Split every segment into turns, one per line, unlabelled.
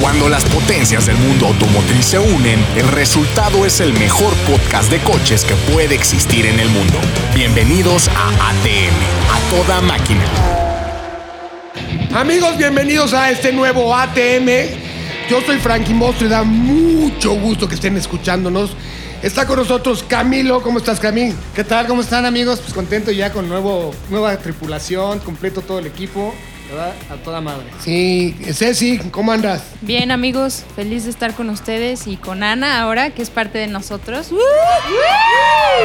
Cuando las potencias del mundo automotriz se unen, el resultado es el mejor podcast de coches que puede existir en el mundo. Bienvenidos a ATM, a toda máquina.
Amigos, bienvenidos a este nuevo ATM. Yo soy Frankie Mostro y da mucho gusto que estén escuchándonos. Está con nosotros Camilo. ¿Cómo estás, Camil?
¿Qué tal? ¿Cómo están amigos? Pues contento ya con nuevo, nueva tripulación, completo todo el equipo, ¿verdad? A toda madre.
Sí, Ceci, ¿cómo andas?
Bien amigos, feliz de estar con ustedes y con Ana ahora, que es parte de nosotros.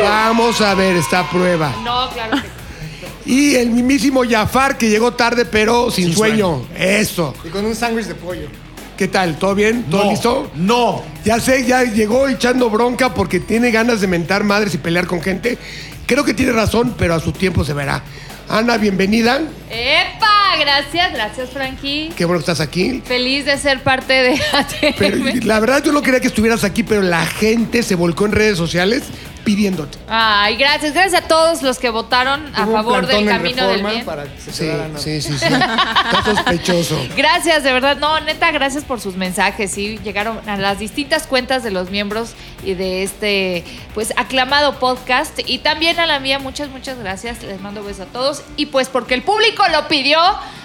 Vamos a ver esta prueba.
No, claro que
Y el mismísimo Jafar, que llegó tarde pero sin,
Sin
sueño. Eso.
Y con un sándwich de pollo.
¿Qué tal? ¿Todo bien? ¿Todo
No,
listo?
No.
Ya sé, ya llegó echando bronca porque tiene ganas de mentar madres y pelear con gente. Creo que tiene razón, pero a su tiempo se verá. Ana, bienvenida.
¡Epa! Gracias, gracias Frankie.
Qué bueno que estás aquí.
Feliz de ser parte de ATM.
Pero la verdad yo no quería que estuvieras aquí, pero la gente se volcó en redes sociales pidiéndote.
Ay, gracias. Gracias a todos los que votaron a
Hubo un
favor
plantón
del
en
camino del
Reforma
bien.
Para que se
Sí,
quedaran a-
sí, sí, sí. Está sospechoso.
Gracias, de verdad. No, neta, gracias por sus mensajes. Sí, llegaron a las distintas cuentas de los miembros y de este, pues, aclamado podcast. Y también a la mía, muchas, muchas gracias. Les mando besos a todos. Y pues, porque el público lo pidió,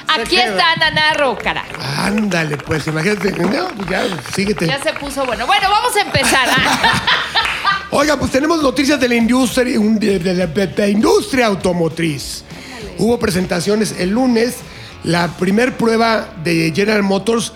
aquí
queda.
está Nanarro, carajo.
Ándale, pues imagínate. No, pues ya, síguete.
Ya se puso bueno. Bueno, vamos a empezar. Ah,
Oiga, pues tenemos noticias de la industria, un- de, de la- de la industria automotriz. Hubo presentaciones el lunes, la primer prueba de General Motors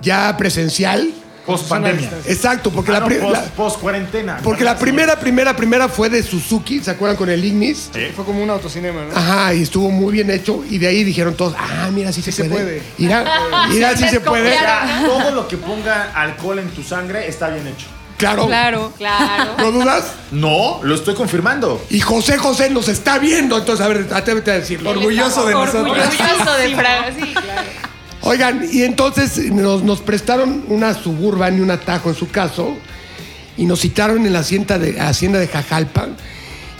ya presencial.
Post pandemia.
Exacto, porque, la, pri- la-
Ah, post, cuarentena.
porque la primera, primera, primera fue de Suzuki, ¿se acuerdan con el Ignis?
Fue como un autocinema, ¿no?
Ajá, y estuvo muy bien hecho. Y de ahí dijeron todos, ah, mira, sí, se,
se
puede.
puede.
Mira, mira, sí
les
se puede.
copiaron.
Todo lo que ponga alcohol en tu sangre está bien hecho.
Claro.
Claro, claro.
¿No dudas?
No, lo estoy confirmando.
Y José José nos está viendo. Entonces, a ver, atrévete a decirlo.
Orgulloso de nosotros.
Orgulloso de Fran. Sí, claro.
Oigan, y entonces nos, nos prestaron una suburban y un atajo en su caso, y nos citaron en la hacienda de, hacienda de Jajalpa,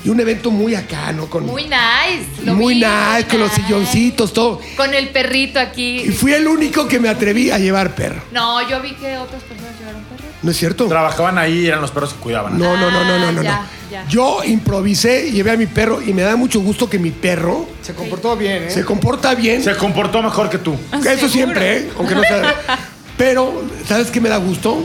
y un evento muy acá, ¿no? Con,
Muy nice. lo
muy
vi,
nice, con los
nice.
silloncitos, todo.
Con el perrito aquí.
Y fui el único que me atreví a llevar perro,
No, yo vi que otras personas llevaron perros.
¿no es cierto?
Trabajaban ahí, eran los perros que cuidaban.
No, no, no, no, no,
Ah,
no.
ya,
no.
ya.
Yo improvisé, llevé a mi perro, y me da mucho gusto que mi perro
Se comportó bien, ¿eh?
se comporta bien.
Se comportó mejor que tú.
Eso siempre, ¿eh? aunque no sea. Pero, ¿sabes qué me da gusto?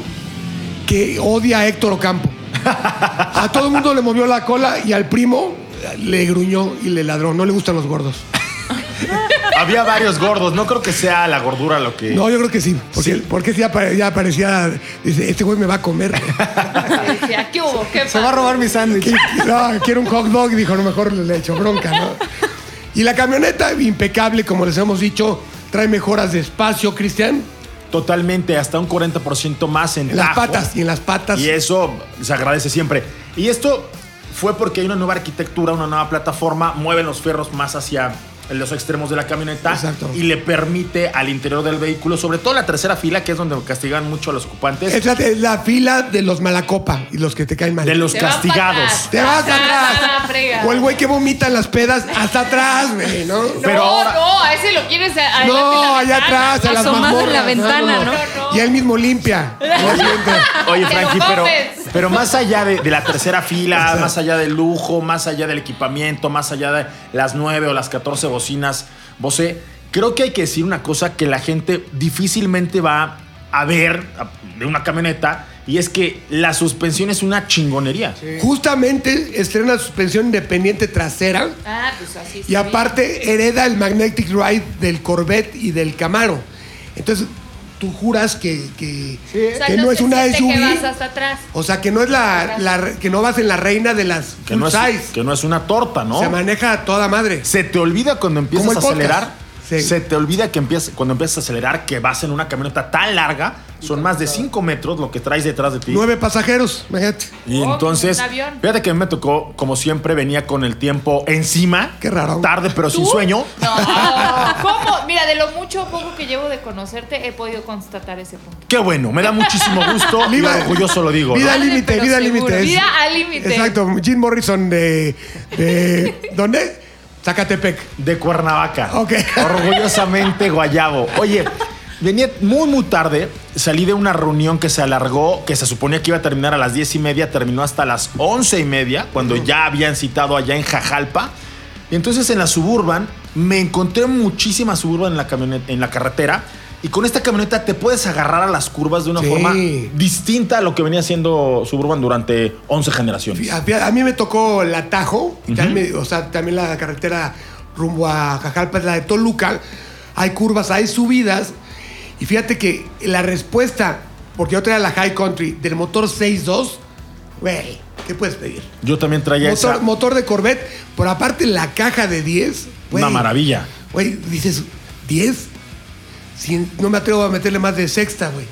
Que odia a Héctor Ocampo. A todo el mundo le movió la cola y al primo le gruñó y le ladró. No le gustan los gordos.
Había varios gordos. No creo que sea la gordura lo que.
No, yo creo que sí. Porque,
Sí.
porque sí apare- ya parecía. Dice, este güey me va a comer.
Sí, decía, ¿qué hubo? ¿Qué
Se va a
pasó?".
robar mi sándwich.
No, quiero un hot dog. Dijo, no, mejor le echo bronca, ¿no? Y la camioneta, impecable, como les hemos dicho, trae mejoras de espacio, Cristian.
Totalmente, hasta un 40% más en
En las
tajo.
patas y en las patas.
Y eso se agradece siempre. Y esto fue porque hay una nueva arquitectura, una nueva plataforma, mueven los fierros más hacia los extremos de la camioneta
Exacto.
y le permite al interior del vehículo, sobre todo la tercera fila, que es donde castigan mucho a los ocupantes,
Es la, es la fila de los malacopa y los que te caen mal.
de los
Te vas para
castigados.
atrás.
Te vas
Ah,
atrás.
frega.
O el güey que vomita en las pedas, hasta atrás, güey, ¿no?
No,
Pero ahora-
no, a ese lo quieres a- adelante en
No,
la
allá
ventana.
atrás, a las
Asomado en
mazmorras.
la ventana, ¿no?
Y él mismo limpia.
Te
Oye,
lo
Frankie, pero,
comes.
pero más allá de, de la tercera fila, más allá del lujo, más allá del equipamiento, más allá de las nueve o las 14 bocinas, Bose, creo que hay que decir una cosa que la gente difícilmente va a ver a- de una camioneta y es que la suspensión es una chingonería.
Justamente estrena suspensión independiente trasera
Ah, pues así
y
está bien.
aparte hereda el magnetic ride del Corvette y del Camaro. Entonces, tú juras que, que,
O sea,
que no, es
se
una
siente Que vas
SUV.
hasta atrás.
O sea, que no es la, la- que no vas en la reina de las
Que
full
no, es,
size.
que no es una torta, ¿no?
Se maneja a toda madre.
Se te olvida cuando empiezas
Como
a
el podcast.
acelerar.
Sí.
Se te olvida que empiezas, cuando empiezas a acelerar que vas en una camioneta tan larga, son más de 5 metros lo que traes detrás de ti.
Nueve pasajeros, imagínate.
Y
Oh,
entonces,
como un avión.
fíjate que me tocó, como siempre, venía con el tiempo encima.
Qué raro.
Tarde, pero sin
¿Tú?
sueño.
No. ¿Cómo? Mira, de lo mucho o poco que llevo de conocerte, he podido constatar ese punto.
Qué bueno, me da muchísimo gusto y
Viva-
orgulloso lo digo. ¿no?
Vida al
Tarde,
límite,
pero
vida al
seguro.
límite. es-
Vida al límite.
Exacto, Jim Morrison de. de- ¿Dónde? Zacatepec.
De Cuernavaca.
Ok.
Orgullosamente guayabo. Oye, Venía muy, muy tarde. Salí de una reunión que se alargó, que se suponía que iba a terminar a las diez y media, terminó hasta las once y media, cuando ya habían citado allá en Jajalpa. Y entonces en la suburban me encontré muchísima suburban en la, camioneta, en la carretera. Y con esta camioneta te puedes agarrar a las curvas de una
Sí.
forma distinta a lo que venía haciendo Suburban durante 11 generaciones.
A, a mí me tocó el atajo, y también me- o sea, también la carretera rumbo a Cajalpa, la de Toluca. Hay curvas, hay subidas. Y fíjate que la respuesta, porque yo traía la High Country del motor 6.2, güey, ¿qué puedes pedir?
Yo también traía
Motor,
esa-
motor de Corvette, pero aparte la caja de 10. güey.
una maravilla.
Güey, dices, ¿10? Si no me atrevo a meterle más de sexta, güey.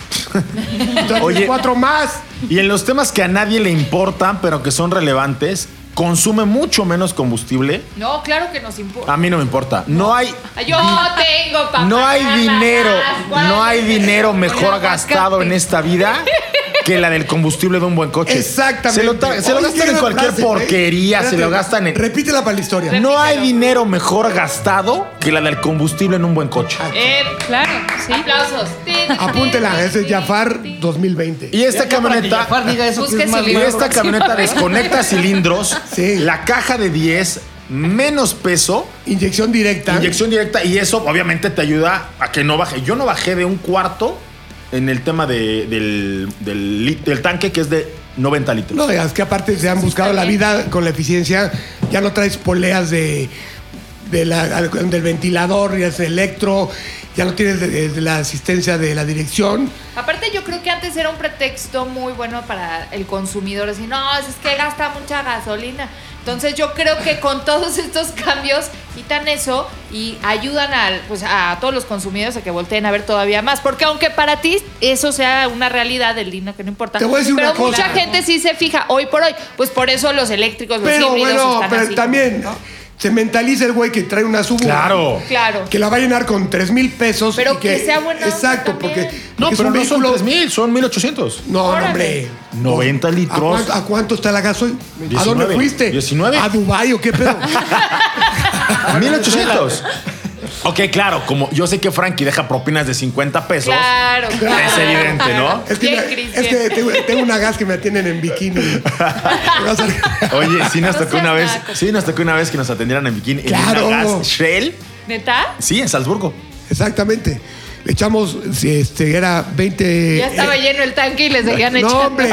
Entonces,
Oye.
cuatro más.
Y en los temas que a nadie le importan, pero que son relevantes, consume mucho menos combustible.
No, claro que nos importa.
A mí no me importa. No hay.
Yo tengo papá.
No hay dinero, no hay dinero mejor gastado en este esta vida que la del combustible de un buen coche.
Exactamente.
Se lo, tra- se lo
Oye,
gastan en
una
cualquier
frase, güey.
porquería, se
Espérate,
lo gastan en...
Repítela para la historia.
No hay dinero mejor gastado que la del combustible en un buen coche.
Eh, claro, sí. Aplausos.
Apúntela, ese es Jafar 2020.
Y esta camioneta...
Jafar diga eso.
Busque
que es más
Y
cilindros.
esta camioneta desconecta cilindros,
Sí.
la caja de 10, menos peso,
Inyección directa.
inyección directa, y eso obviamente te ayuda a que no baje. Yo no bajé de un cuarto en el tema de- del, del lit- del tanque, que es de 90 litros.
No, es que aparte se han buscado la vida con la eficiencia. Ya no traes poleas de, de la- del ventilador, ya es electro, ya no tienes de- de la asistencia de la dirección.
Aparte yo creo que antes era un pretexto muy bueno para el consumidor decir, no, es que gasta mucha gasolina. Entonces yo creo que con todos estos cambios quitan eso y ayudan al, pues, a todos los consumidores a que volteen a ver todavía más. Porque aunque para ti eso sea una realidad, el dinero que no importa,
Te voy a decir
pero
una cosa.
mucha gente sí se fija hoy por hoy. Pues por eso los eléctricos, los
Pero
híbridos
bueno,
están
pero
así,
también
¿no?
se mentaliza el güey que trae una suburban.
Claro.
Claro.
Que la va a llenar con 3 mil pesos.
Pero
y
que sea buena onda
Exacto,
también.
porque.
No,
porque es
pero
un
no son
vehículo-
3000, son 1800.
No, no,
Órale.
hombre.
90
¿A
litros.
cuánto, a cuánto está la gasoil? ¿A
19.
dónde fuiste?
19.
¿A Dubái o qué pedo?
1800. Ok, claro, como yo sé que Frankie deja propinas de 50 pesos.
Claro, claro.
Es evidente, ¿no?
Es que,
Bien,
me-
Cristian.
es que tengo, tengo una gas que me atienden en bikini. Me vas a-
Oye, sí nos
No
tocó
seas
una vez,
naco.
sí nos tocó una vez que nos atendieran en bikini
Claro.
en una gas Shell,
¿Neta?
sí, en Salzburgo.
Exactamente. Le echamos, si este, era 20.
Ya estaba
eh,
lleno el tanque y les seguían
No,
echando.
hombre.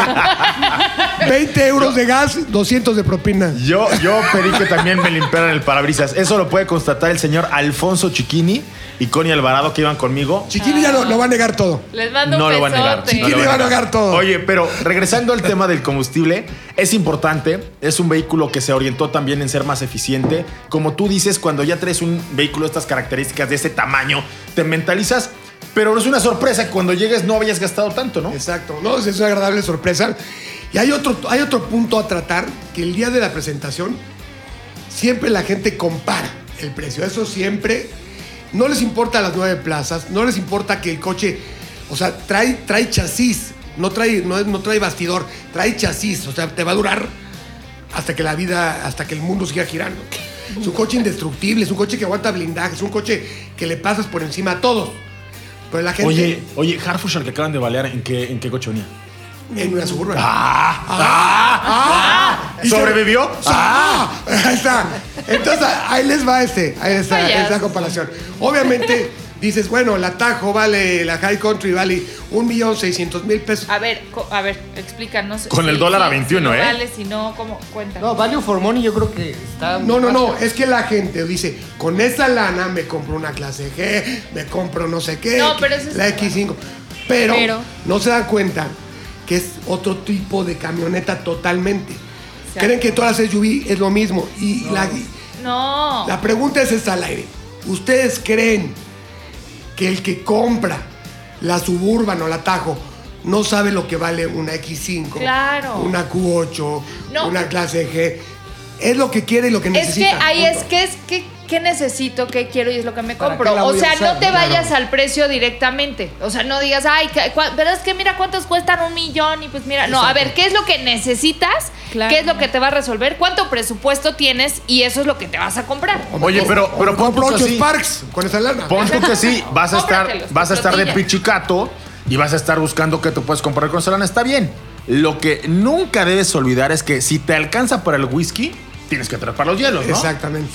20 euros de gas, 200 de propina.
Yo, yo pedí que también me limpiaran el parabrisas. Eso lo puede constatar el señor Alfonso Chiquini y Connie Alvarado que iban conmigo.
Chiquini ya lo, lo va a negar todo.
Les mando
no
un
lo van a negar.
besote.
no
Chiquini va a negar todo.
Oye, pero regresando al tema del combustible, es importante. Es un vehículo que se orientó también en ser más eficiente. Como tú dices, cuando ya traes un vehículo de estas características, de este tamaño, te mentalizas. Pero es una sorpresa que cuando llegues no habías gastado tanto, ¿no?
Exacto, no, es una agradable sorpresa. Y hay otro, hay otro punto a tratar, que el día de la presentación siempre la gente compara el precio. Eso siempre, no les importa las nueve plazas, no les importa que el coche, o sea, trae, trae chasis, no trae, no, es- no trae bastidor, trae chasis, o sea, te va a durar hasta que la vida, hasta que el mundo siga girando. Es un coche indestructible, es un coche que aguanta blindaje, es un coche que le pasas por encima a todos. Pero la gente
Oye, oye, Harfushal que acaban de balear, ¿en qué, en qué coche venía?
en una suburban.
¡Ah! ¡Ah!
Y se-
¿Sobrevivió?
¡Ah! Ahí está. Entonces, ahí les va este, ahí está
Vaya.
esa comparación. Obviamente, dices, bueno, la Tajo vale, la High Country vale un millón seiscientos mil pesos.
A ver, co- a ver, explícanos.
Con el
Sí,
dólar
sí,
a 21,
si no
¿eh?
Vale, si no, ¿cómo? Cuéntame.
No, Value for Money yo creo que está...
No, no, no, es que la gente dice, con esa lana me compro una clase G, me compro no sé qué,
No, pero eso es-
la X5. Pero,
Pero-
no se dan cuenta que es otro tipo de camioneta totalmente.
Exacto.
Creen que todas las SUV es lo mismo. Y la,
No.
La pregunta es esta al aire. ¿Ustedes creen que el que compra la Suburban o la Tajo no sabe lo que vale una X5?
Claro.
Una Q8,
No.
una clase G. Es lo que quiere y lo que
es que
necesita.
ahí
punto.
es que es que qué necesito, qué quiero y es lo que me
¿Para
compro.
qué la
O
voy a
sea,
usar?
no te
Claro.
vayas al precio directamente. O sea, no digas, ay, ca- cua- pero es que mira cuántos cuestan un millón y pues mira, no, a ver, ¿qué es lo que necesitas?
Claro.
¿Qué es lo que te va a resolver? ¿Cuánto presupuesto tienes? Y eso es lo que te vas a comprar.
Oye, pero, pero pon
Compro
tú que
ocho
sí,
Sparks con esa lana.
pon tú que sí, vas a estar,
Cómpratelos,
vas a estar de
flotilla.
pichicato y vas a estar buscando qué te puedes comprar con Solana. Está bien. Lo que nunca debes olvidar es que si te alcanza para el whisky, tienes que atrapar los hielos, ¿no?
Exactamente.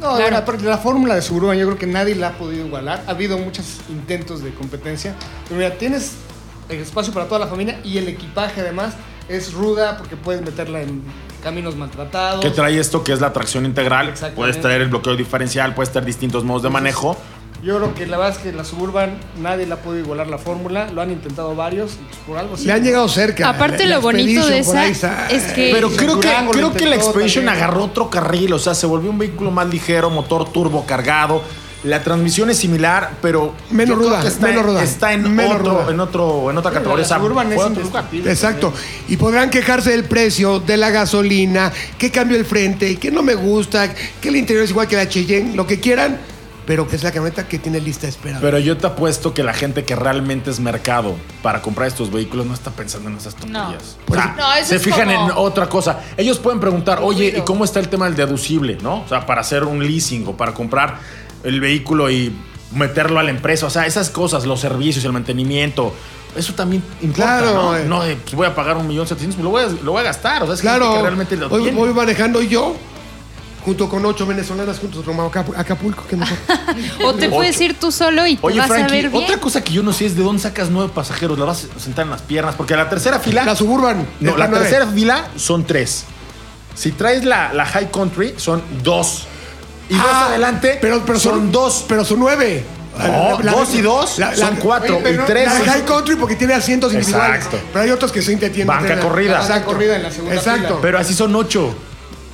No, bueno, aparte, la fórmula de Suburban yo creo que nadie la ha podido igualar. Ha habido muchos intentos de competencia. Pero mira, tienes el espacio para toda la familia y el equipaje además es ruda porque puedes meterla en caminos maltratados.
Que trae esto que es la tracción integral.
Exactamente.
Puedes traer el bloqueo diferencial, puedes traer distintos modos de manejo.
Yo creo que la verdad es que la Suburban nadie la ha podido igualar la fórmula. Lo han intentado varios y pues por algo sí.
Le han llegado cerca.
Aparte,
La- la
lo bonito de
Expedition por
esa
ahí está-
es que.
Pero creo que,
Durango lo
creo que la
intentó
Expedition
también.
agarró otro carril, o sea, se volvió un vehículo más ligero, motor turbo cargado. La transmisión es similar, pero
Menos
yo creo
ruda,
que está,
menos ruda,
está en,
menos
otro,
ruda.
en otro, en otra
La,
categoría. o sea,
Suburban es
fuera-
indiscutible.
Exacto. Y podrán quejarse del precio, de la gasolina, que cambio el frente, que no me gusta, que el interior es igual que la Cheyenne, lo que quieran, pero que es la camioneta que tiene lista de espera.
Pero yo te apuesto que la gente que realmente es mercado para comprar estos vehículos no está pensando en esas tonterías.
No. No, eso
se
es
fijan
como-
en otra cosa. Ellos pueden preguntar, oye, ¿y
Ruido.
cómo está el tema del deducible? ¿No? O sea, para hacer un leasing o para comprar el vehículo y meterlo a la empresa. O sea, esas cosas, los servicios, el mantenimiento. Eso también importa,
Claro,
¿no?
eh.
No, de, pues voy a pagar un millón setecientos, pues lo voy a, lo voy a gastar. O sea, es gente
claro,
que realmente lo
hoy
tiene.
voy manejando yo, junto con ocho venezolanas, juntos rumbo a Acapu- Acapulco, que mejor.
O te
Ocho.
puedes ir tú solo y te
Oye,
vas a
Frankie,
ver bien.
otra cosa que yo no sé es de dónde sacas nueve pasajeros. La vas a sentar en las piernas, porque a la tercera fila.
La Suburban.
No,
es
la
nueve.
tercera fila son tres. Si traes la, la High Country, son dos. Y más
Ah,
adelante,
pero, pero
son, dos.
Pero son nueve.
No, dos y dos son cuatro,
Oye, pero
y tres
La
son-
High Country porque tiene asientos individuales.
Exacto.
Pero hay otros que se entienden.
Banca
Tienen-
corrida. Banca
corrida en la segunda
Exacto.
fila.
Pero así son ocho.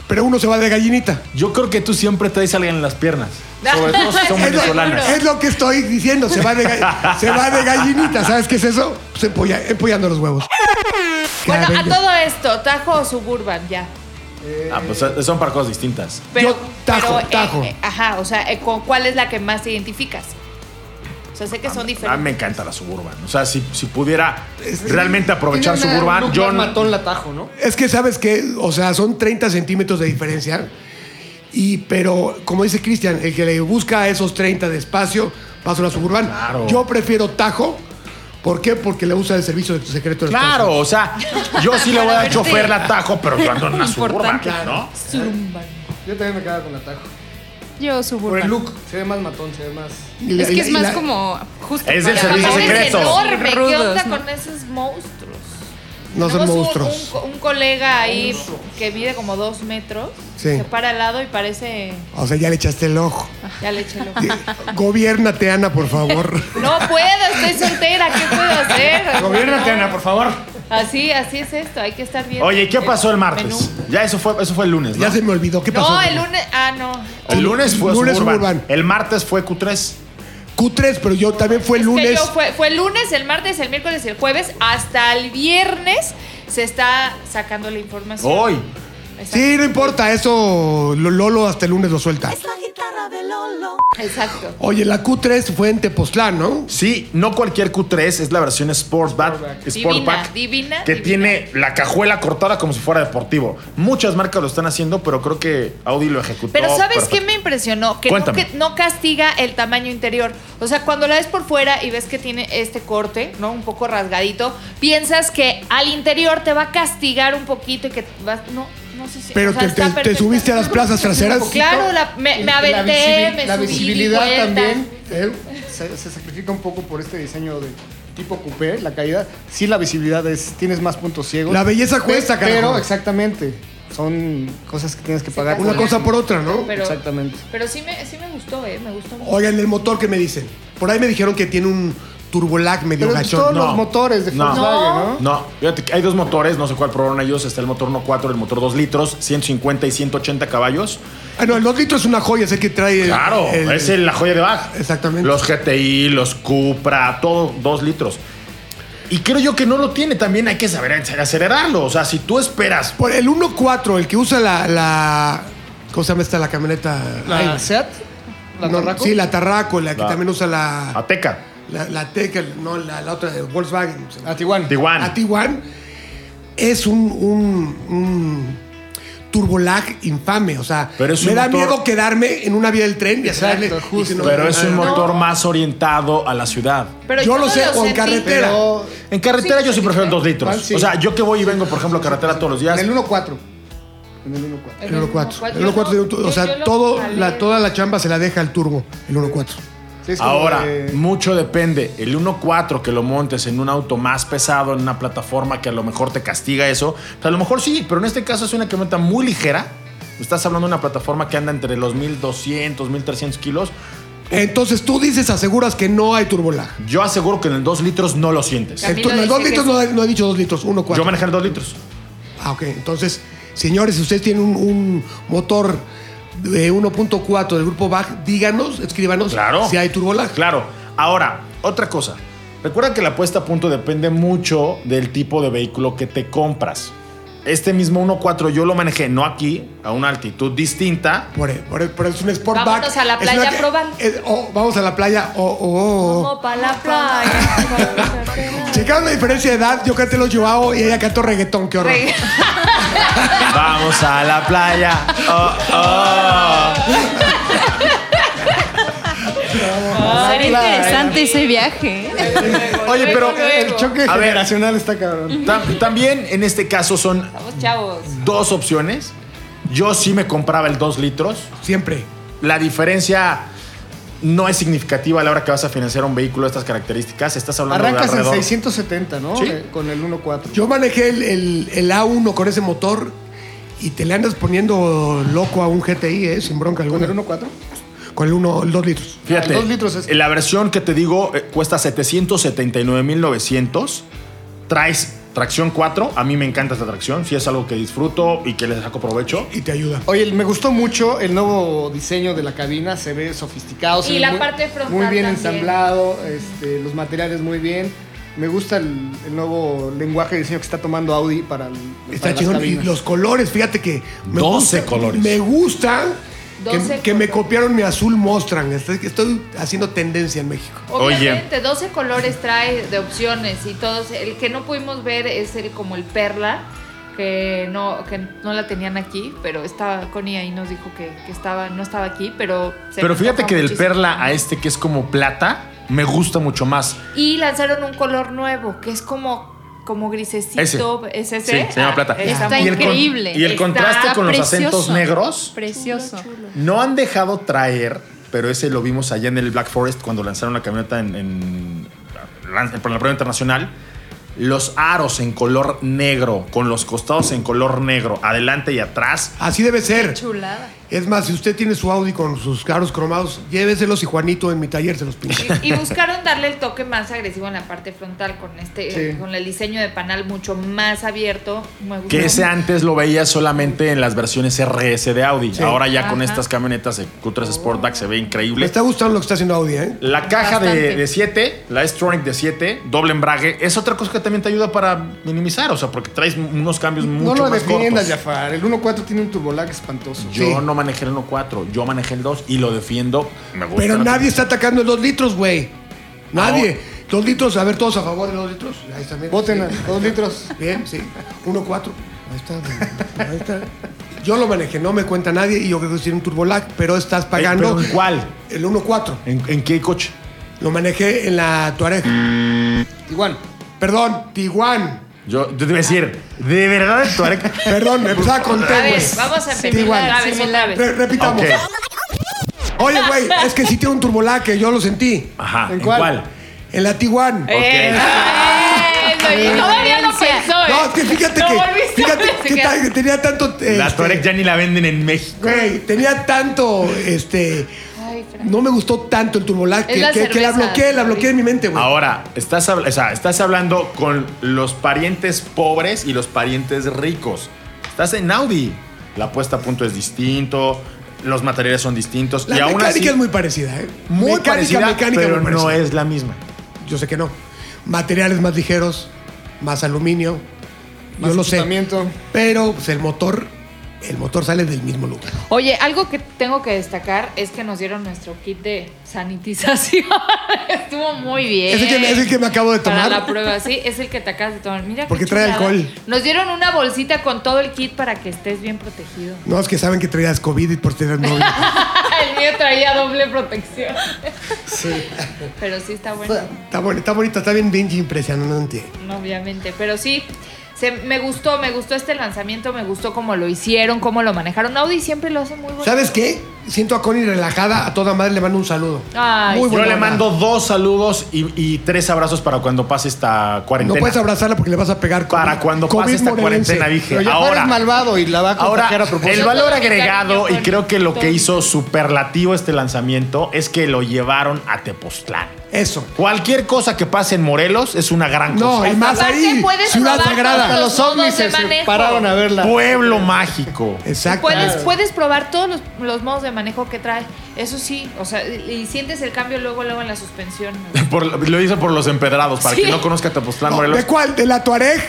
pero uno se va de gallinita.
Yo creo que tú siempre traes a alguien en las piernas. Sobre todo si Pues son
Es lo,
venezolanas.
es lo que estoy diciendo, se va de, ga- se va de gallinita. ¿Sabes qué es eso? Pues empolla- empollando los huevos.
Bueno, a
Caray,
todo esto, Tajo o Suburban, ya.
Ah, pues son para cosas distintas.
Pero,
Yo, Tajo,
pero, eh,
Tajo.
eh, ajá, o sea, eh, ¿con cuál es la que más te identificas? O sea, sé que son
A mí Ah, me
diferentes.
encanta la Suburban. O sea, si, si pudiera realmente aprovechar
Tiene una- un
Suburban,
look
yo...
más matón la tajo, ¿no?
Es que sabes que, o sea, son 30 centímetros de diferencia. Y, pero, como dice Cristian, el que le busca esos 30 de espacio, paso a la suburban.
Claro.
Yo prefiero Tajo. ¿Por qué? Porque le usa el servicio de tu secreto. del
Claro, o sea, yo sí le voy a dar chofer la tajo, pero yo ando en una Suburban,
Importante.
¿no?
Yo también me quedaba con la tajo.
Yo
Por el
suburban.
look, se ve más matón, se ve más.
espacio. Y la-
Es que es
y
más
la-
como. Justo
Es del
para-
servicio
Ahora es
secreto.
enorme, ¿qué
Rudos,
onda
¿no?
con esos monstruos?
No son
Tenemos un-
monstruos.
Un, co- un colega ahí que mide como dos metros,
Sí.
se para al lado y parece...
O sea, ya le echaste el ojo.
Ya le eché el ojo.
Sí, Gobiérnate, Ana, por favor.
No puedo, estoy soltera, ¿qué puedo hacer?
Gobiérnate, Ana, por favor.
Así, así es esto, hay que estar bien.
Oye, ¿qué pasó el martes? Ya eso fue, eso fue el lunes, ¿no?
Ya se me olvidó. ¿Qué pasó?
No, el lunes... Ah, no.
El lunes fue
Lunes
Suburban.
Suburban.
El martes fue Q3.
Q3, pero yo también fue el
Es que
lunes.
yo fue, fue el lunes, el martes, el miércoles y el jueves. Hasta el viernes se está sacando la información.
Oh.
Hoy.
Exacto.
Sí, no importa, eso lo- Lolo hasta el lunes lo suelta.
Exacto.
Oye, la Q3 fue en Tepoztlán, ¿no?
Sí, no cualquier Q3, es la versión Sportback.
Sportback.
Sportback.
Divina, divina,
Que
divina.
tiene la cajuela cortada como si fuera deportivo. Muchas marcas lo están haciendo, pero creo que Audi lo ejecutó.
Pero ¿sabes
perfecto.
qué me impresionó? Que no,
Cuéntame.
que no castiga el tamaño interior. O sea, cuando la ves por fuera y ves que tiene este corte, ¿no? Un poco rasgadito, piensas que al interior te va a castigar un poquito y que vas... No, no sé si...
Pero
o sea,
te-
está
te- te
perfecto.
subiste a las plazas traseras.
Pues Claro, la- me, me
La
aventé,
visibil-
me
La
subí, di
visibilidad
vueltas.
también eh, se, se sacrifica un poco por este diseño de tipo coupé, la caída. Sí, la visibilidad es, tienes más puntos ciegos.
La belleza
Pe-
cuesta,
Pero,
carajo.
exactamente, son cosas que tienes que pagar.
Una cosa por otra, ¿no?
Pero,
Exactamente.
Pero sí me, sí me gustó, ¿eh? Me gustó mucho.
Oigan, el motor que me dicen. Por ahí me dijeron que tiene un turbolag medio
Pero pues, todos
gachón.
no.
los motores de
No.
Volkswagen, ¿no?
No, fíjate que hay dos motores, no sé cuál probaron ellos. Está el motor 1.4, el motor 2 litros, 150 y 180 caballos.
Ah, no, el 2 litros es una joya, es el que trae. el-
Claro,
el-
es el- la joya de Bach.
Exactamente.
Los GTI, los Cupra, todo, dos litros. Y creo yo que no lo tiene, también hay que saber acelerarlo. O sea, si tú esperas
Por el 1.4, el que usa la, la- ¿Cómo se llama esta la camioneta? Ay,
¿La
güey.
SEAT? ¿La
No,
Tarraco?
Sí, la Tarraco, la que
La- Ah.
también usa la,
Ateca,
la, la Teca, no, la, la otra de Volkswagen. se llama.
A Tijuana.
Tijuana.
A Tiguan es un, un, un turbolag infame. O sea,
Pero es
me
un
da
motor-
miedo quedarme en una vía del tren. y
Exacto,
hacerle- y
justo.
que no-
pero es un
Ah,
motor más orientado a la ciudad.
Pero
Yo lo
no
sé, o en
sentí.
carretera.
Pero
En carretera yo sí prefiero dos litros.
¿Cuál? Sí.
O sea, yo que voy y vengo, por ejemplo, a carretera todos los días.
en el 1.4. En el 1.4.
El 1.4. El
Yo
1.4 tiene un tu-
yo-
O
yo
sea,
lo
todo,
jalé.
la, toda la chamba se la deja el turbo, el 1.4.
Sí, es como
Ahora,
de-
mucho depende. El 1.4 que lo montes en un auto más pesado, en una plataforma que a lo mejor te castiga eso. pues a lo mejor sí, pero en este caso es una camioneta muy ligera. Estás hablando de una plataforma que anda entre los 1200, 1300 kilos.
Entonces tú dices, aseguras que no hay turbolag.
Yo aseguro que en el 2 litros no lo sientes.
Camilo
Entonces,
dice
dos
que
litros
sí.
no, he- no he dicho dos litros, 1.4.
Yo manejé en 2 litros.
Ah, ok. Entonces, señores, si ustedes tienen un, un motor de 1.4 del grupo BAG, díganos, escríbanos
Claro.
si hay turbolag.
Claro. Ahora, otra cosa. Recuerda que la puesta a punto depende mucho del tipo de vehículo que te compras. Este mismo 1.4 yo lo manejé, no aquí, a una altitud distinta.
Por, por, por- es un sport
Vámonos
bag.
a la
Es
playa
una
a
que-
probar.
es- oh, vamos a la playa. Oh, oh,
Como pa' la playa.
oh. Checaron la diferencia de edad. Yo canté los Joao y ella cantó reggaetón. Qué horror.
Re-
Vamos a la playa. Oh, oh.
Será
Ay,
interesante ese viaje. ¿eh?
Oye, pero
Luego,
El choque
A ver.
generacional está cabrón.
tam- también en este caso son
Estamos chavos.
dos opciones. Yo sí me compraba el 2 litros.
Siempre.
La diferencia no es significativa a la hora que vas a financiar un vehículo de estas características. Estás hablando
Arrancas
de
en
alrededor.
670, ¿no?
Sí.
Eh, Con el 1.4.
Yo manejé el, el- el A1 con ese motor y te le andas poniendo loco a un GTI, ¿eh? Sin bronca
¿Con
alguna.
el 1.4?
Con el 1, el 2 litros.
Fíjate,
Dos litros es-
la versión que te digo eh, cuesta 779,900. Traes tracción 4. A mí me encanta esta tracción. Si es algo que disfruto y que le saco provecho.
Y te ayuda.
Oye, me gustó mucho el nuevo diseño de la cabina, se ve sofisticado. se
Y
ve
la
muy-
parte frontal
Muy bien
también.
ensamblado, este, los materiales muy bien. Me gusta el, el nuevo lenguaje de diseño que está tomando Audi para, el, para
Está
las
chingón. Y
cabinas.
los colores, fíjate que.
12
gusta-
colores.
Me gusta. que-
12
que, me
colores.
copiaron mi azul Mostran. Estoy, estoy haciendo tendencia en México.
Obviamente, 12 colores trae de opciones y todos. El que no pudimos ver es el como el perla, que no, que no la tenían aquí, pero estaba, Connie ahí nos dijo que, que estaba, no estaba aquí, pero se
Pero
me
fíjate
antoja
que del
muchísimo.
perla a este que es como plata, me gusta mucho más.
Y lanzaron un color nuevo, que es como, como grisecito. ¿Es ese?
Sí, se llama
Ah,
plata.
está
Y el con-
increíble.
Y el
Está
contraste con los
precioso.
acentos negros.
Precioso.
No han dejado traer, pero ese lo vimos allá en el Black Forest cuando lanzaron la camioneta en, en- lan- por la prueba internacional. Los aros en color negro, con los costados en color negro, adelante y atrás.
Así debe ser.
Chulada.
Es más, si usted tiene su Audi con sus caros cromados, lléveselos y Juanito en mi taller se los pinta.
Y, y buscaron darle el toque más agresivo en la parte frontal con este,
Sí.
con el diseño de panal mucho más abierto. Me gustó
Que ese antes lo veía solamente en las versiones RS de Audi. Ahora ya con
Ajá.
estas camionetas de Q3 Sportback se
Me
ve increíble.
está gustando lo que está haciendo Audi, ¿eh?
La caja
Bastante.
de 7, la S-Tronic de 7, doble embrague, es otra cosa que también te ayuda para minimizar, o sea, porque traes unos cambios mucho
no lo
más
defiendas,
cortos.
Jafar. El 1.4 tiene un turbolag espantoso.
Yo
Sí.
no manejé el 1.4, yo manejé el 2 y lo defiendo. Me gusta.
Pero
la-
nadie está atacando el 2 litros, güey. Nadie. Dos litros, a ver, todos a favor de dos litros. Ahí está, mira.
Voten a
Sí.
dos litros.
Bien, sí. 1.4. Ahí está. güey. Ahí está. Yo lo manejé, no me cuenta nadie y yo creo que tiene un turbolag, pero estás
Eh,
pagando
pero ¿en cuál?
el 1.4.
¿En, en qué coche?
Lo manejé en la Tuareg.
Igual.
Perdón, Tiguan.
Yo, yo te iba a decir, de verdad el Touareg.
Perdón, me empezaba con T,
A ver,
güey.
vamos a empezar
Pues, Igual.
otra vez, otra vez.
Re- repitamos.
Ok,
Oye, güey, es que sí tiene un turbolag que yo lo sentí.
Ajá,
¿En
¿en
cuál?
cuál?
En la Tiguan.
Eso, eso, y Eh, todavía lo pensó, ¿eh?
No, es que fíjate
Lo
que,
volviste a
fíjate que
pensar.
ta- que tenía tanto... eh,
La
este,
Touareg ya ni la venden en México.
Güey, tenía tanto, este...
Ay, Fran.
No me gustó tanto el turbolag
Es
que,
la
que- que la
cerveza.
bloqueé, la bloqueé en mi mente, güey.
Ahora, estás, habl- o sea, estás hablando con los parientes pobres y los parientes ricos. Estás en Audi. La puesta a punto es distinto, los materiales son distintos.
La
y aún
mecánica
así,
es muy parecida, ¿eh?
muy
mecánica,
parecida,
mecánica,
pero
muy parecida.
no es la misma.
Yo sé que no. Materiales más ligeros, más aluminio. yo lo sé.
equipamiento.
Pero pues, el motor el motor sale del mismo lugar.
Oye, algo que tengo que destacar es que nos dieron nuestro kit de sanitización. Estuvo muy bien.
Es el, que, es el que me acabo de tomar.
Para la prueba, sí, es el que te acabas de tomar. Mira qué
Porque trae
chulada.
alcohol.
Nos dieron una bolsita con todo el kit para que estés bien protegido.
No, es que saben que traías COVID y por tener novio.
el mío traía doble protección. Pero sí está bueno.
está, bueno, está bonito, está bien bien impresionante.
Obviamente, pero sí. se- me gustó, me gustó este lanzamiento, me gustó cómo lo hicieron, cómo lo manejaron. Audi siempre lo hace muy bueno.
¿Sabes qué? Siento a Connie relajada, a toda madre le mando un saludo.
Ay,
Muy
sí.
Yo
buena
le
onda.
mando dos saludos y, y tres abrazos para cuando pase esta
No
cuarentena.
puedes abrazarla porque le vas a pegar con-
para cuando
COVID
pase esta
morelense.
cuarentena,
Pero
dije.
Jafar es
Ahora,
malvado y la va a
ahora
contagiar a propósito.
el
Yo
valor
todo mi
agregado,
cariño
y
con
creo que lo
todo
que
mi
hizo
cariño.
superlativo este lanzamiento es que lo llevaron a Tepoztlán.
Eso.
Cualquier cosa que pase en Morelos es una gran
No,
cosa.
y más
Aparte,
ahí,
puedes
ciudad
robar
sagrada.
Hasta los
Los
ovnis
modos
se
de manejo.
pararon a verla.
Pueblo mágico.
Exacto.
Puedes, puedes probar todos los, los modos de manejo que trae. Eso sí, o sea, y, y sientes el cambio luego, luego en la suspensión. ¿no?
Por- lo hice por los empedrados, para
Sí.
quien no conozca Tepoztlán,
No,
Morelos.
¿De cuál? ¿De la Tuareg?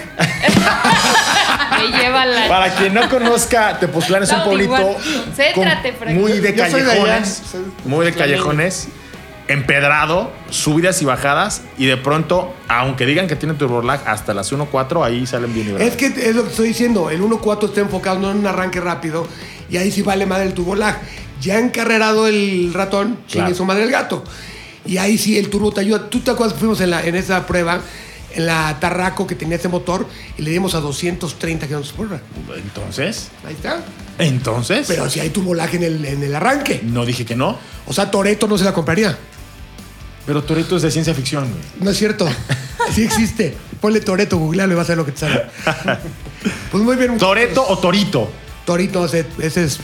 Me lleva la.
Para quien no conozca, Tepoztlán es un
No,
pueblito
igual. Céntrate,
con-
Frank.
muy de
Yo soy de allá.
callejones,
Soy
muy de
tlaxcalteca.
callejones, empedrado, subidas y bajadas, y de pronto, aunque digan que tiene turbolag, hasta las 1.4 ahí salen bien librados.
Es que es lo que estoy diciendo, el 1.4 está enfocado no en un arranque rápido y ahí sí vale madre el turbo lag. Ya encarrerado el ratón,
Claro.
chingue su madre el gato. Y ahí sí el turbo te ayuda. ¿Tú te acuerdas que fuimos en, la, en esa prueba, en la Tarraco que tenía ese motor y le dimos a 230 kilómetros por hora?
Entonces,
Ahí está.
entonces,
Pero si hay turbo lag en el, en el arranque.
no dije que no,
O sea, Toreto no se la compraría.
pero Toreto es de ciencia ficción. güey.
No es cierto. Sí existe. Ponle Toreto, googlealo y vas a ver lo que te sale. Pues muy bien. muchachos.
¿Toreto o Torito?
Torito, ese, ese es.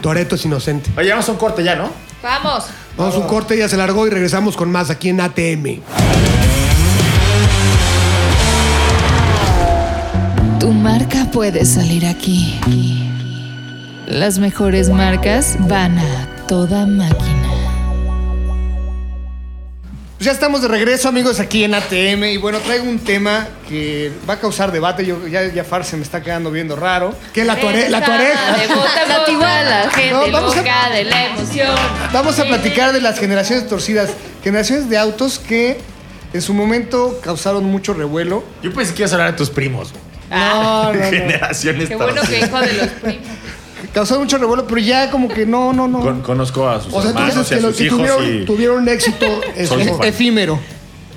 Toreto es inocente.
Oye, vamos a un corte ya, ¿no?
Vamos.
Vamos a un corte, ya se largó y regresamos con más aquí en ATM.
Tu marca puede salir aquí. Las mejores marcas van a toda máquina.
Pues ya estamos de regreso, amigos, aquí en ATM. Y bueno, traigo un tema que va a causar debate. Yo, ya Jafar se me está quedando viendo raro.
¿Qué la tuare, la
Esa,
tuare?
De bota en bota,
Catigualas.
la gente
No, vamos a-
loca de la emoción.
Vamos a platicar de las generaciones torcidas. Generaciones de autos que en su momento causaron mucho revuelo.
Yo pensé que ibas a hablar de tus primos. güey.
Ah,
No, no, no.
Generaciones
Qué bueno que
torcidas.
hijo de los primos.
Causaron mucho revuelo, pero ya como que no, no, no.
Con- conozco a sus
O sea, tú
hermanos
dices
y a
que los
sus
que
hijos
tuvieron,
y-
tuvieron un éxito, es-
Soy su
o
fan.
Efímero.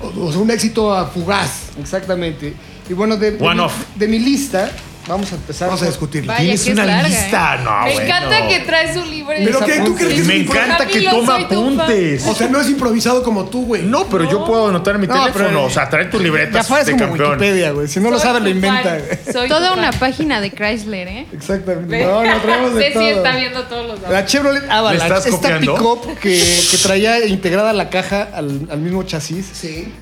o sea, un éxito ah, fugaz.
Exactamente. Y bueno, de, de
One
mi,
off.
de mi lista, vamos a empezar.
Vamos a
por-
discutirlo.
Vaya,
Tienes
que es
una
larga,
lista,
¿eh?
no,
Me
bueno.
encanta que traes un libro. de
Pero ¿qué? ¿Tú
apuntes.
crees que es
Me
improvisado?
encanta que
Camilo,
toma
soy tu fan.
apuntes.
O sea, no es improvisado como tú, güey.
No, pero yo puedo anotar en mi
No,
teléfono.
pero-
o sea, trae tu libreta
Jafar es
de
como
campeón.
Wikipedia, güey. Si no lo
Soy
sabe,
tu
lo inventa.
fan.
güey.
Soy
Toda
tu fan.
una página de Chrysler, ¿eh?
Exactamente. No, no traemos de
Ceci
todo.
está viendo todos los datos.
La Chevrolet
Ah,
Avalanche,
¿Me estás
esta
copiando?
pick-up que, que traía integrada la caja al, al mismo chasis,
Sí.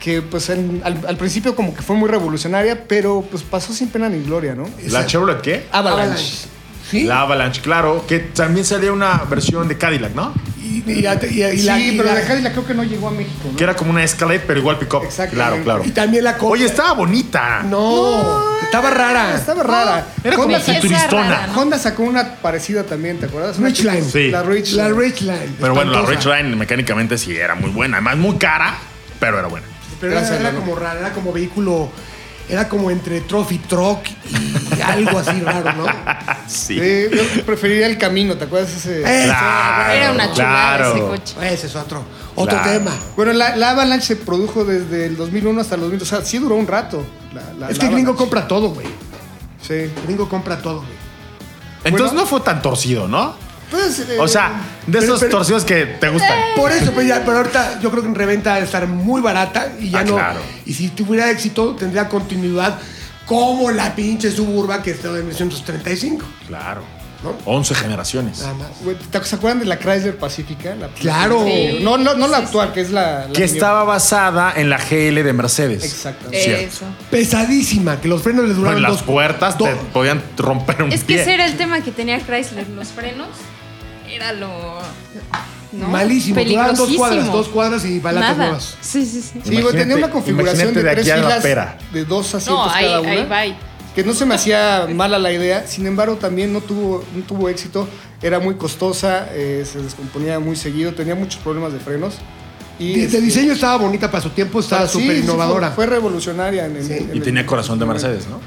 que pues en- al, al principio como que fue muy revolucionaria, pero pues pasó sin pena ni gloria, ¿no?
¿La Chevrolet qué?
Avalanche.
¿Ah, Sí.
La Avalanche, claro. Que también salía una versión de Cadillac, ¿no?
Y, y- y- y- y la-
sí,
y
pero
la-
la Cadillac creo que no llegó a México, ¿no?
Que era como una Escalade, pero igual pick-up. Claro,
Exactamente.
claro.
y también la
Oye,
Oye,
estaba bonita.
no, estaba rara.
Estaba rara.
Era como
Honda,
Belleza
futuristona.
rara, ¿no?
Honda sacó una parecida también, ¿te acuerdas? Una
Richline.
Sí.
La Richline.
La Richland.
Pero bueno, la
Richland.
Ridgeline mecánicamente sí era muy buena. Además, muy cara, pero era buena.
Pero era,
Gracias,
era
Lalo.
como rara, era como vehículo, era como entre trophy truck y algo así raro, ¿no?
Sí.
Sí, yo preferiría el camino, ¿te acuerdas ese?
Eh.
Claro,
Era una chulada
claro.
ese coche.
Ese es otro, otro
Claro.
tema.
Bueno, la, la Avalanche se produjo desde el 2001 hasta el 2000, o sea, sí duró un rato. la- la-
es
la
que el gringo
Avalanche.
compra todo, güey.
Sí.
El gringo compra todo, güey.
Entonces
Bueno.
no fue tan torcido, ¿no?
Pues, eh,
O sea, de
pero-
esos
pero-
torcidos que te gustan.
Eh.
Por eso, pero, ya, pero ahorita yo creo que en reventa debe estar muy barata y ya
Ah,
no.
claro.
Y si tuviera éxito, tendría continuidad como la pinche suburba que está en 1935,
Claro.
¿no?
11 generaciones.
Nada más.
güey, ¿te- ¿Se acuerdan de la Chrysler Pacifica? La-
Claro.
Sí.
No, no, no la actual, que es la. la
Que
mía.
estaba basada en la GL de Mercedes.
Exactamente.
Cierto.
Eso.
Pesadísima, que los frenos le
No,
duraron
en las
dos-
puertas
do-
te podían romper un
Es que
pie.
ese era el tema que tenía Chrysler, los frenos. Era lo. ¿no?
Malísimo, duraban dos cuadras,
Peligrosísimo.
dos cuadras y balatas
Nada.
nuevas.
Sí, sí, sí.
Sí, güey, tenía
Imagínate-
una configuración
imagínate
de,
de
tres
aquí a la
filas
pera.
de dos asientos
No, ahí,
cada una.
ahí va.
que no se me hacía mala la idea, sin embargo también no tuvo, no tuvo éxito, era muy costosa, eh, se descomponía muy seguido, tenía muchos problemas de frenos. Y
De, de
este,
diseño estaba bonita para su tiempo, estaba
sí,
súper
sí,
innovadora.
fue, fue revolucionaria en, en-
Sí.
en
Y
el-
tenía corazón de Mercedes, ¿no?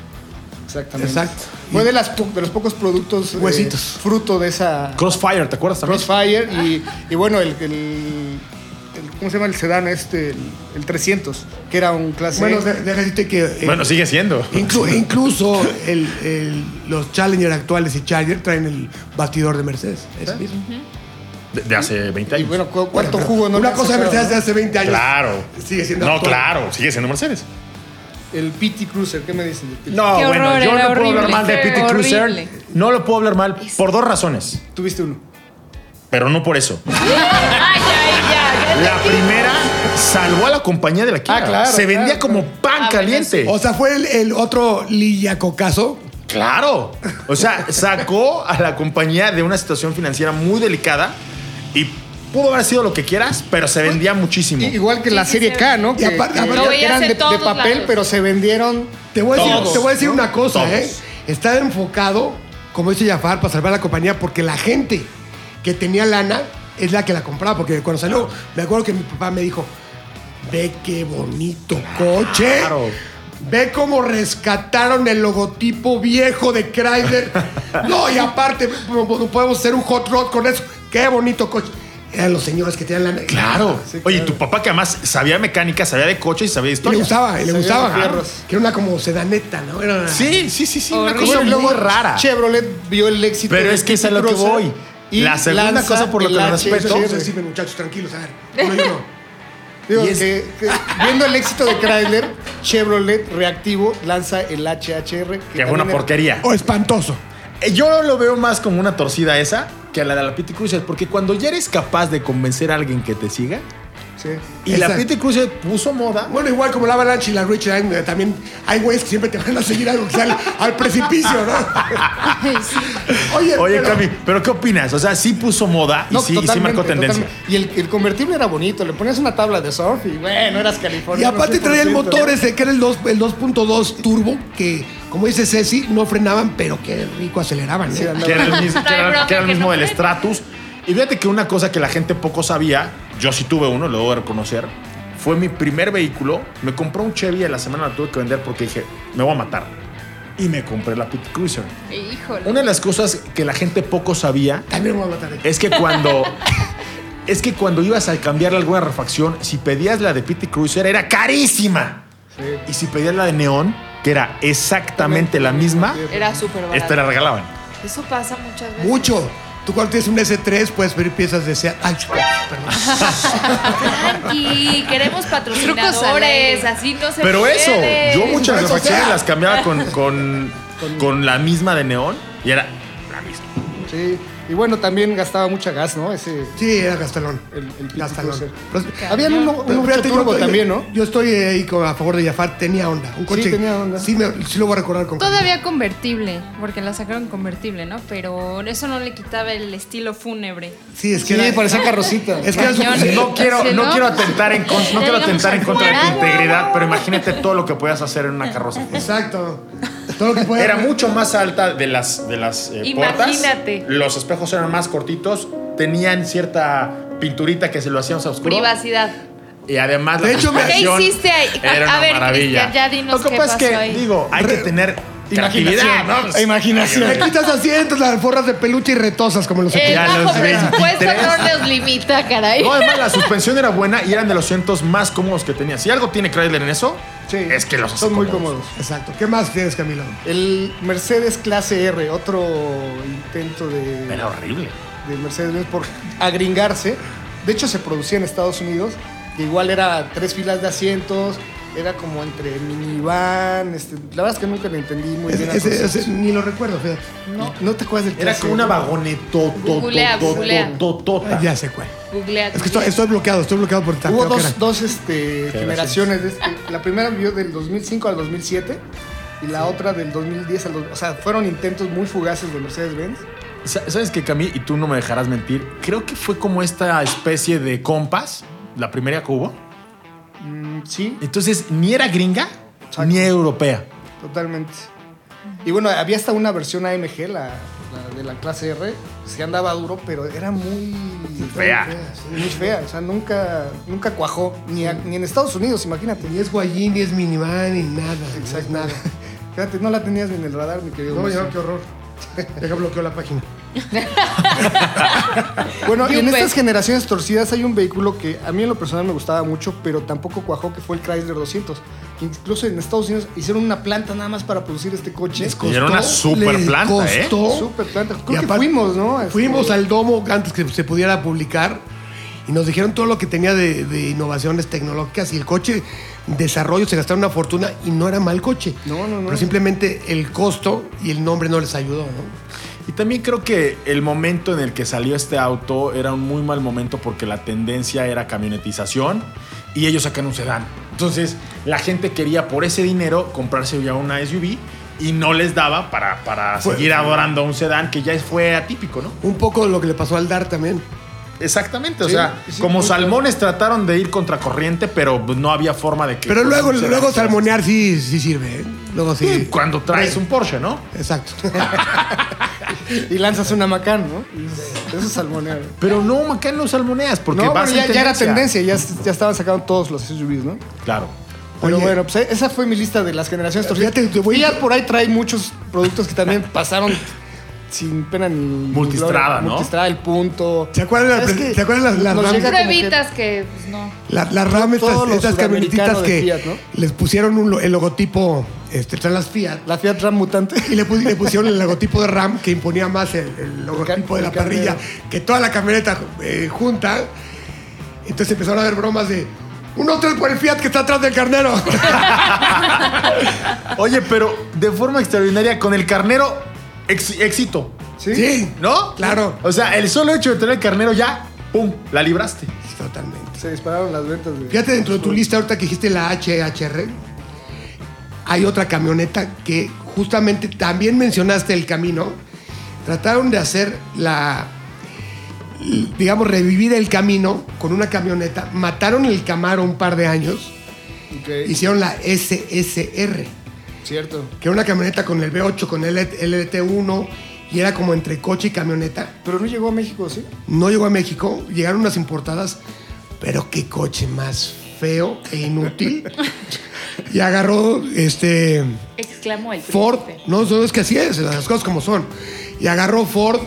Exactamente.
Exacto.
Fue de, las po- de los pocos productos eh,
Huesitos.
fruto de esa
Crossfire, ¿te acuerdas también?
Crossfire y, y bueno, el, el- el- ¿Cómo se llama el sedán este? El, el 300, que era un clase.
Bueno, de- déjame decirte que. eh,
Bueno, sigue siendo.
inclu- incluso el- el- los Challenger actuales y Charger traen el batidor de Mercedes. Es mismo.
De, de hace 20
y
años.
bueno, cu- ¿cuánto jugo no
Una
le
cosa de
sacaron,
Mercedes de
no?
hace 20 años.
Claro.
Sigue siendo
No,
actual.
claro, sigue siendo Mercedes.
El PT Cruiser, ¿qué me dicen? del PT?
No,
Qué
bueno,
horror,
yo no
era
puedo hablar
horrible,
mal de
era
Pity
horrible.
Cruiser. No lo puedo hablar mal por dos razones,
Tuviste uno.
pero no por eso.
Ay, ay, ya, ya.
La primera salvó a la compañía de la quinta.
Ah, claro,
Se vendía
claro,
como pan
Ah, bueno,
caliente.
O sea, fue el, el otro lillacocazo.
Claro. O sea, sacó a la compañía de una situación financiera muy delicada y pudo haber sido lo que quieras, pero se vendía muchísimo.
I- Igual que
Sí,
la
sí,
serie
sí.
K, ¿no?
Y
Que,
aparte-
que
aparte-
Lo veías
eran
en
de, de
todos
papel,
lados.
pero se vendieron.
Te voy a decir,
Todos,
te voy a decir
¿no?
una cosa,
Todos.
¿eh? Está enfocado, como dice Jafar, para salvar la compañía, porque la gente que tenía lana es la que la compraba. Porque cuando salió, me acuerdo que mi papá me dijo: Ve qué bonito coche.
Claro.
Ve cómo rescataron el logotipo viejo de Chrysler. No, y aparte, no podemos hacer un hot rod con eso. Qué bonito coche. Eran los señores que tenían lana.
Claro.
Sí, claro.
Oye, tu papá que además sabía mecánica, sabía de coches y sabía
Y
de
le
historia.
gustaba, y le
Se
gustaba.
veían fierros.
Que era una como sedaneta, ¿no? Era una-
Sí, sí, sí, sí. Una
Horrible.
cosa
Y
muy
luego
rara.
Chevrolet vio el éxito.
Pero
del
es que es
PT
a lo que
Cruiser
voy.
y
La segunda
lanza
cosa por lo que
el
lo
H.
respeto-
Entonces, sí, muchachos, tranquilos, a ver. Uno y uno.
Digo,
Y es-
que- que viendo el éxito de Chrysler, Chevrolet reactivo lanza el HHR.
Que fue
también
una
era-
porquería.
O espantoso.
Eh, Yo lo veo más como una torcida esa que a la de la Pity Cruiser, porque cuando ya eres capaz de convencer a alguien que te siga,
Sí.
y la
Exacto.
Pity Cruiser puso moda,
Bueno, igual como la Avalanche y la Rich Line, eh, también hay güeyes que siempre te van a seguir al, al, al precipicio, ¿no?
Ay, sí.
Oye,
Oye,
pero-
Cami, ¿pero qué opinas? O sea, sí puso moda y,
No,
sí, y sí
totalmente,
marcó tendencia.
totalmente. Y el, el convertible era bonito, le ponías una tabla de surf y bueno, eras
Y
californiano.
aparte traía el
100%.
motor ese que era el dos- el 2.2 turbo, que como dice Ceci, no frenaban, pero qué rico aceleraban. ¿eh?
Sí, andaba.
Que era el
No
mismo,
hay
que era-
bronca,
que era el
que
mismo
no
del
frena.
Stratus. Y fíjate que una cosa que la gente poco sabía, yo sí tuve uno, lo debo de reconocer, fue mi primer vehículo. Me compré un Chevy y a la semana lo tuve que vender porque dije, me voy a matar. Y me compré la Pit Cruiser.
Híjole.
Una de las cosas que la gente poco sabía
También me voy a matar.
es que cuando es que cuando ibas a cambiarle alguna refacción, si pedías la de Pity Cruiser era carísima. Y si pedías la de Neón, que era exactamente la misma,
Era súper barato.
esta la regalaban.
Eso pasa muchas veces.
Mucho. Tú cuando tienes un S3 puedes pedir piezas de Seat. Ay, perdón.
Tranqui, queremos
al
patrocinadores,
aire.
así no se
Pero eso,
puede.
yo muchas
Por eso,
refacciones
o sea.
las cambiaba con, con, con la misma de Neón y era la misma.
Sí. Y bueno, también gastaba mucha gas, ¿no? Ese.
Sí, era gastalón.
El- el
gastalón.
Cruiser.
Pero-
Había un, un
Pero
ocho
fíjate,
turbo
yo,
también, ¿no?
Yo estoy eh, ahí con- a favor de Jafar. Tenía onda. Un coche.
tenía onda.
Sí, me- sí lo voy a recordar con
Todavía convertible, porque la sacaron convertible, ¿no? Pero eso no le quitaba el estilo fúnebre.
Sí, es que
Sí,
era-
parecía carrocita.
Es que era su-
Cañón.
No quiero,
Sí,
no
¿no?
quiero atentar en, con- no quiero atentar en contra de tu integridad, pero imagínate todo lo que podías hacer en una carroza.
Exacto. Todo lo que puede.
Era mucho más alta de las, de las eh,
Imagínate.
puertas. Los espejos eran más cortitos, tenían cierta pinturita que se lo hacían a oscuro.
Privacidad.
Y además la
De hecho, me-
¿Qué
construcción
hiciste ahí?
Era
A
una
ver,
maravilla.
Cristian, ya dinos
lo que
qué
pasa es
pasó
que,
ahí.
digo, hay que tener tranquilidad, ¿no? Pues,
Le quitas asientos, las forras de peluche y retosas como los
Eh, El
Ya
bajo
los
presupuesto
23.
no nos limita, caray.
No, además la suspensión era buena y eran de los cientos más cómodos que tenía. Si algo tiene Chrysler en eso,
Sí.
es que los hace
Son muy
cómodos.
cómodos.
Exacto. ¿Qué más tienes, Ah, Camilo?
El Mercedes Clase R, otro intento de,
Era horrible.
de Mercedes-Benz por agringarse. De hecho, se producía en Estados Unidos, que igual era tres filas de asientos, era como entre minivan. Este, la verdad es que nunca lo entendí muy
Ese-
bien. al
ese-
concepto.
ese- ni lo recuerdo, fíjate.
no. ¿No te acuerdas del
Era
Clase
como una
R?
Googlea, googlea.
vagonetototototota.
Ah, Ya sé cuál.
Googlea.
Es que estoy, estoy bloqueado, estoy bloqueado por tanta
Hubo
flojera.
dos, dos, este, generaciones. de este- la primera vivió del 2005 al 2007 y la otra del 2010 al... dos- O sea, fueron intentos muy fugaces de Mercedes-Benz.
Sa- ¿Sabes qué, Cami? Y tú no me dejarás mentir. Creo que fue como esta especie de compas, la primera que hubo.
Mm, sí,
Entonces, ni era gringa,
Exacto.
ni europea.
totalmente. Y bueno, había hasta una versión AMG, la, la de la clase R, se andaba duro, pero era muy
Fea.
sí, Muy fea, o sea, nunca, nunca cuajó, ni, a- ni en Estados Unidos, imagínate.
Ni es guayín, ni es minivan, ni nada.
Exacto.
No es nada.
Fíjate, no la tenías ni en el radar, mi querido.
No,
Messi.
ya, qué horror. Ya que bloqueó la página.
Bueno, en
Yupe.
estas generaciones torcidas hay un vehículo que a mí en lo personal me gustaba mucho, pero tampoco cuajó, que fue el Chrysler 200. que incluso en Estados Unidos hicieron una planta nada más para producir este coche.
Les
Y era una super
les
planta, ¿eh?
costó.
Súper planta. Creo
Y
que
aparte-
fuimos, ¿no? Este,
Fuimos al domo antes que se pudiera publicar y nos dijeron todo lo que tenía de, de innovaciones tecnológicas y el coche desarrollo se gastaron una fortuna y no era mal coche.
No, no, no.
Pero simplemente el costo y el nombre no les ayudó, ¿no?
Y también creo que el momento en el que salió este auto era un muy mal momento porque la tendencia era camionetización y ellos sacan un sedán. Entonces, la gente quería por ese dinero comprarse ya una SUV y no les daba para, para
Fue-
seguir adorando un sedán que ya fue atípico, ¿no?
Un poco lo que le pasó al DAR también.
Exactamente, o
Sí,
sea,
sí,
como
justo.
salmones trataron de ir contracorriente, pero pues, no había forma de que.
Pero luego,
fuera un
luego
sedán.
salmonear sí, sí sirve. ¿eh? Luego sí.
Sí, Cuando traes un Porsche, ¿no?
Exacto.
Y lanzas una Macan, ¿no? Y dices, Eso es salmonero.
Pero no, Macán no salmoneas porque
no,
vas
bueno, ya,
en
ya era tendencia, ya, ya estaban sacando todos los SUVs, ¿no?
Claro.
Pero
Oye.
bueno, pues esa fue mi lista de las generaciones torcidas.
Fíjate, te voy-
Y ya por ahí trae muchos productos que también pasaron sin pena ni... ni
Multistrada,
gloria.
¿no?
Multistrada, el punto.
¿Se acuerdan,
¿Sabes
la-
qué?
¿se acuerdan las- las
Nos
RAM?
llega como que-
Pruebitas que, pues, no.
La, la RAM,
Todos
estas,
los
estas camionetitas
sudamericanos de
que
Fiat, ¿no?
les pusieron un lo- el logotipo, este, traen las Fiat.
La Fiat Ram mutante.
Y le, pus- le pusieron el logotipo de RAM que imponía más el, el logotipo de la
el carnero.
parrilla que toda la camioneta eh, junta. Entonces empezaron a haber bromas de un otro por el Fiat que está atrás del carnero.
Oye, pero de forma extraordinaria, con el carnero, ex- éxito.
Sí,
¿No?
Claro.
O sea, el solo hecho de tener el carnero ya, ¡pum! La libraste.
Totalmente.
Se dispararon las ventas. De...
Fíjate dentro de tu lista ahorita que dijiste la HHR. Hay otra camioneta que justamente también mencionaste el camino. Trataron de hacer la digamos revivir el camino con una camioneta. Mataron el Camaro un par de años.
Ok,
hicieron la SSR,
Cierto.
que era una camioneta con el V8, con el LT1, y era como entre coche y camioneta.
Pero no llegó a México, ¿sí?
No llegó a México, llegaron unas importadas, pero qué coche más feo e inútil. y agarró este
Exclamó el
Ford,
príncipe.
no, no es que así es, las cosas como son. Y agarró Ford,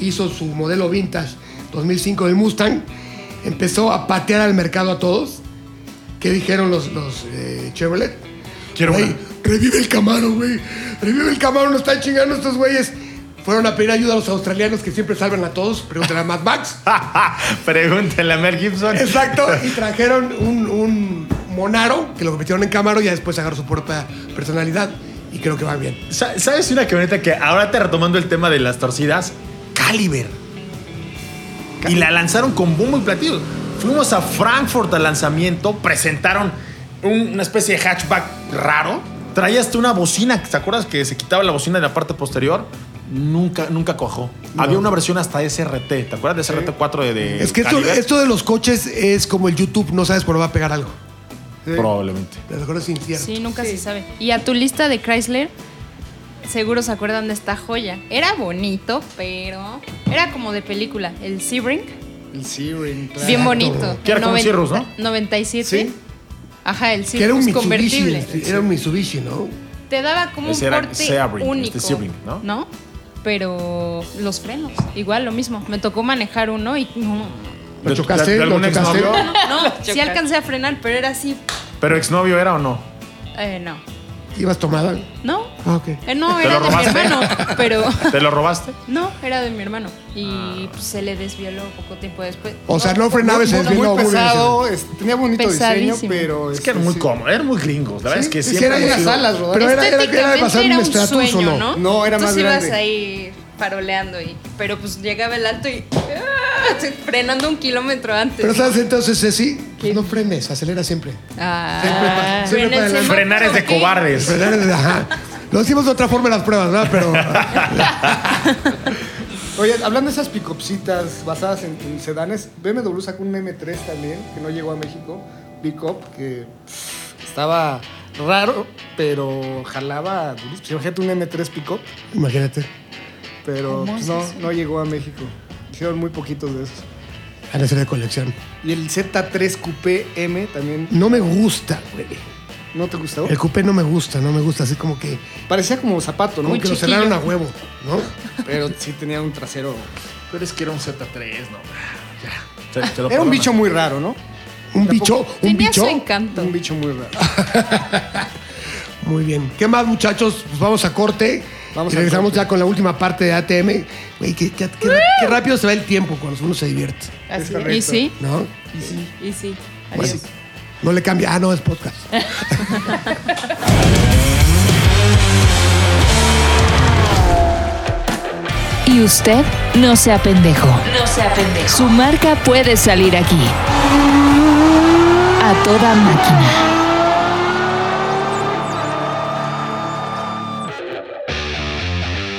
hizo su modelo vintage 2005 del Mustang, empezó a patear al mercado a todos. ¿Qué dijeron los, los eh, Chevrolet?
Quiero
Güey, revive el Camaro, güey. Revive el Camaro, nos están chingando estos güeyes. Fueron a pedir ayuda a los australianos que siempre salvan a todos. Pregúntale a Mad Max.
una. Pregúntale a Mel Gibson.
Exacto. Y trajeron un, un Monaro que lo metieron en Camaro y ya después agarró su propia personalidad. Y creo que va bien.
Sa- ¿Sabes una camioneta que ahora te retomando el tema de las torcidas? Caliber. Y la lanzaron con bombo y platillo. Fuimos a Frankfurt al lanzamiento, presentaron un- una especie de hatchback raro. Traía hasta una bocina, ¿te acuerdas que se quitaba la bocina de la parte posterior? Nunca, nunca cojó. Había una versión hasta SRT, ¿te acuerdas de SRT4 de, de
Es que esto,
Caliber?
esto de los coches es como el YouTube, no sabes por dónde va a pegar algo.
Probablemente.
A lo mejor es incierto.
Sí, nunca se sabe. Y a tu lista de Chrysler, seguro se acuerdan de esta joya. Era bonito, pero era como de película. El Sebring,
El Searing, claro.
bien bonito.
Que era como un
Noven-
Cirrus, ¿no?
97.
Sí.
Ajá, el
Que era un
Cirrus
Mitsubishi.
convertible.
sí, Era un Mitsubishi, ¿no?
Te daba como
Ese
un
era
corte
Sebring,
único.
este Sebring, ¿no?
Pero los frenos, igual lo mismo. Me tocó manejar uno y no,
¿Lo
¿De-
chocaste?
de- de
¿Lo
algún
chocaste?
exnovio?
no, sí alcancé a frenar, pero era así,
¿Pero exnovio era o no?
eh, no,
Ibas tomada.
no,
Ah, ok.
eh, no
¿Te lo
era de mi
robaste?
hermano, pero
¿Te lo robaste?
no era de mi hermano y
Ah.
pues, se le desvió poco tiempo después.
O sea, no frenaba
Muy,
y se desvió. no,
muy
muy bien,
pesado, es- tenía bonito diseño,
Pesadísimo.
pero... este,
Es que era muy
sí.
cómodo, era muy gringo. La verdad es que
Pues Sí,
siempre.
era
hemos
una
sido-
sala. Alas, ¿verdad?
Pero era, era, era
Estéticamente
pasar un
era un
estratus o
sueños,
no.
¿no?
No, era más
Entonces
grande.
ibas ahí faroleando y, pero pues llegaba el alto y ¡ah! frenando un kilómetro antes.
Pero sabes entonces, Ceci, pues no frenes, acelera siempre.
Ah,
Siempre para
frena el
adelante.
semáforo,
Frenar es de
ok.
cobardes.
Frenar es- ajá. Lo hicimos de otra forma en las pruebas, ¿verdad? Pero
Oye, hablando de esas picopsitas basadas en, en sedanes, BMW sacó un M3 también, que no llegó a México, pickup, que pff, estaba raro, pero jalaba durísimo. Pues Imagínate un M3 Pickup,
Imagínate.
pero pues, no, no llegó a México. Hicieron muy poquitos de esos.
A la serie de colección.
Y el Z3 Coupé M también.
No me gusta, güey.
¿No te gustó?
El coupé no me gusta, no me gusta. Así como que,
Parecía como zapato, ¿no?
como que lo cerraron a huevo, ¿no?
Pero sí tenía un trasero.
Pero es que era un Z3, no. Ya. Te- te
Era
lo
un
perdono.
bicho muy raro, ¿no?
Un bicho, un
Tenía
bicho.
su encanto.
Un bicho muy raro.
Muy bien. ¿Qué más, muchachos? Pues vamos a corte.
Vamos
y
a
regresamos
corte.
ya con la última parte de ATM. Güey, qué, qué- qué- qué rápido se va el tiempo cuando uno se divierte,
Así.
correcto.
Y sí,
¿no?
y sí.
Pues, no le cambia. Ah, no, es podcast.
Y usted no sea pendejo. No sea pendejo. Su marca puede salir aquí. A toda máquina.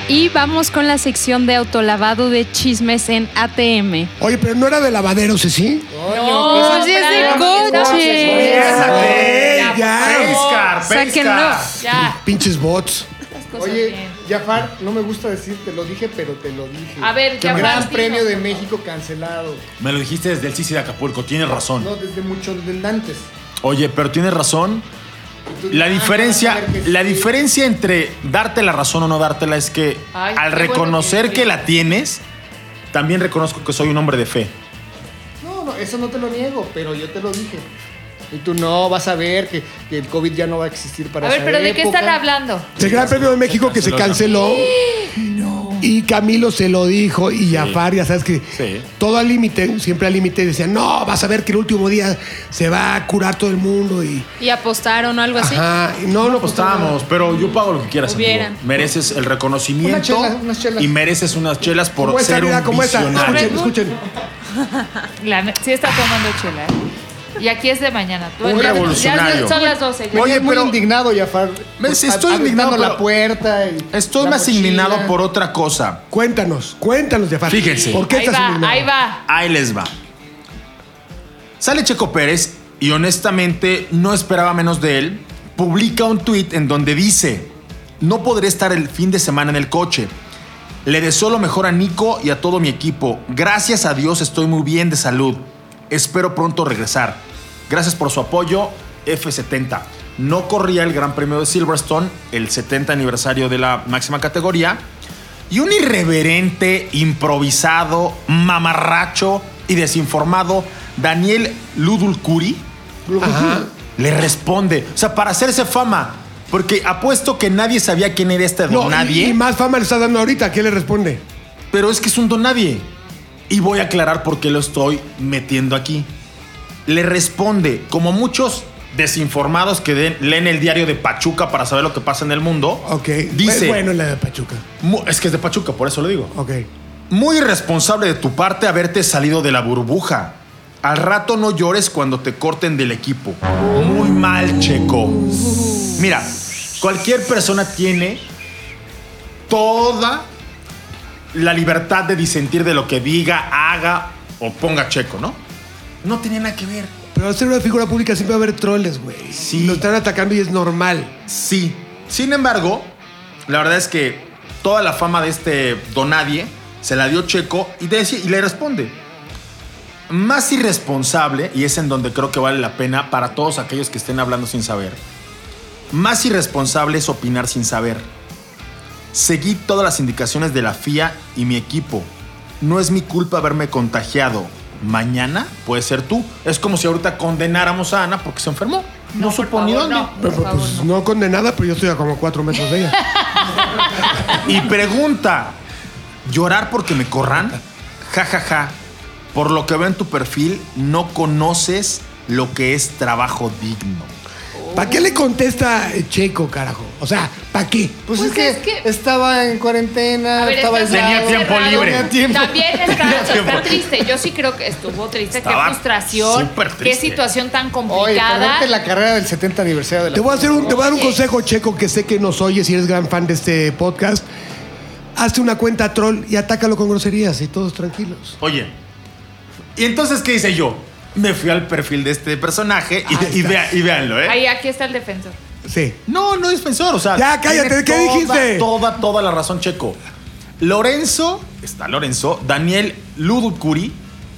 Y vamos con la sección de autolavado de chismes en ATM.
Oye, pero no era de lavadero, ¿sí? sí?
No,
sí es
el
el coche.
¡Piénsate! ¡Pescar!
Sáquenlo.
¡Pescar!
Ya.
Pinches bots.
Oye, Jafar, no me gusta decir te lo dije, pero te lo dije.
A ver, Jafar,
Gran
dinos.
premio de México cancelado.
Me lo dijiste desde el Sisi de Acapulco, tienes razón.
No, desde mucho desde antes.
Oye, pero tienes razón.
Tú-
La
Ah,
diferencia,
claro que sí.
la diferencia entre darte la razón o no dártela es que
Ay,
al
qué bueno
reconocer
que-
que la tienes, también reconozco que soy un hombre de fe.
No, no, eso no te lo niego, pero yo te lo dije. Y tú no, vas a ver que, que el COVID ya no va a existir para
A ver,
esa
pero ¿de qué
época.
están hablando?
El Gran Premio de México que se canceló. Y Camilo se lo dijo y Jafar, ya sabes que
Sí.
todo al límite, siempre al límite, decían, no, vas a ver que el último día se va a curar todo el mundo y...
Y apostaron o algo así.
Ajá, y no, no, pues
Apostamos, pero yo pago lo que quieras. amigo.
Hubieran.
Mereces el reconocimiento
Unas chelas, unas chelas.
y mereces unas chelas por
Como esta,
ser
mira,
un
como esta.
visionario.
Escuchen, escuchen.
La ne- sí está tomando chela, ¿eh? Y aquí es de mañana. Tú-
Un
ya- ya
revolucionario.
son las 12. ya.
Venía
Oye,
muy
pero-
indignado, Jafar.
Ves,
Pues,
estoy
ab-
indignado,
aventando la
pero-
puerta. y
Estoy
la
más
mochila.
indignado por otra cosa.
Cuéntanos, cuéntanos, Jafar.
Fíjense.
¿Por qué
Ahí
estás
va,
indignado?
ahí va.
Ahí les va. Sale Checo Pérez y honestamente no esperaba menos de él. Publica un tuit en donde dice, no podré estar el fin de semana en el coche. Le deseo lo mejor a Nico y a todo mi equipo. Gracias a Dios estoy muy bien de salud. Espero pronto regresar. Gracias por su apoyo, F70. No corría el Gran Premio de Silverstone, el 70 aniversario de la máxima categoría. Y un irreverente, improvisado, mamarracho y desinformado, Daniel Ludulcuri, le responde. O sea, para hacerse fama, porque apuesto que nadie sabía quién era este don
No, y-
nadie.
Y, más fama le está dando ahorita. ¿Qué le responde?
Pero es que es un don nadie. Y voy a aclarar por qué lo estoy metiendo aquí. Le responde, como muchos desinformados que den- leen el diario de Pachuca para saber lo que pasa en el mundo.
Ok.
Dice,
Bueno, la de Pachuca.
"Mu- es que es de Pachuca, por eso lo digo.
Ok.
Muy irresponsable de tu parte haberte salido de la burbuja. Al rato no llores cuando te corten del equipo. Muy mal, Checo. Mira, cualquier persona tiene toda la libertad de disentir de lo que diga, haga o ponga Checo, ¿no? No tenía nada que ver.
Pero al ser una figura pública siempre va a haber troles, güey.
Sí.
Lo están atacando y es normal.
Sí. Sin embargo, la verdad es que toda la fama de este Donadie se la dio Checo y, deci- y le responde. Más irresponsable, y es en donde creo que vale la pena para todos aquellos que estén hablando sin saber. Más irresponsable es opinar sin saber. Seguí todas las indicaciones de la FIA y mi equipo. No es mi culpa haberme contagiado. Mañana puede ser tú. Es como si ahorita condenáramos a Ana porque se enfermó. No,
por
supo ni
favor,
dónde.
no.
Pero,
Por favor,
pues no condenada, pero yo estoy a como cuatro metros de ella.
Y pregunta, ¿llorar porque me corran? Ja, ja, ja. Por lo que veo en tu perfil, no conoces lo que es trabajo digno.
¿Para qué le contesta eh, Checo, carajo? O sea, ¿para qué?
Pues,
Pues
es, que
es que-
estaba en cuarentena,
A ver,
estaba
está-
aislado.
Tenía tiempo libre.
Tenía tiempo.
También está,
Tenía tiempo.
está triste. Yo sí creo que estuvo triste.
Estaba
qué frustración.
súper
Qué
triste.
situación tan
Oye,
complicada.
perderte la carrera del 70 aniversario de la
Te voy a hacer un, te voy a dar un consejo, Checo, que sé que nos oyes y eres gran fan de este podcast. Hazte una cuenta troll y atácalo con groserías y todos tranquilos.
Oye, ¿y entonces qué hice yo? me fui al perfil de este personaje y, y, vea- y véanlo, ¿eh?
Ahí, aquí está el defensor.
Sí.
No, no defensor, o sea.
Ya, cállate,
tiene
¿qué
toda,
dijiste?
Toda, toda la razón, Checo. Lorenzo, está Lorenzo, Daniel Luducuri,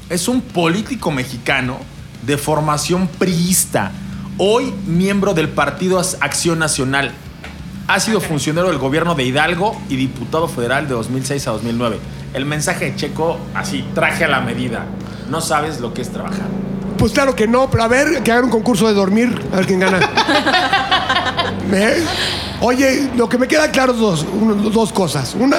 es un político mexicano de formación priista, hoy miembro del Partido As- Acción Nacional. Ha sido funcionario del gobierno de Hidalgo y diputado federal de 2006 a 2009. El mensaje de Checo, así, traje a la medida. No sabes lo que es trabajar.
Pues claro que no, pero a ver, que hagan un concurso de dormir, a ver quién gana. ¿Eh? Oye, lo que me queda claro es dos, un- dos cosas. Una,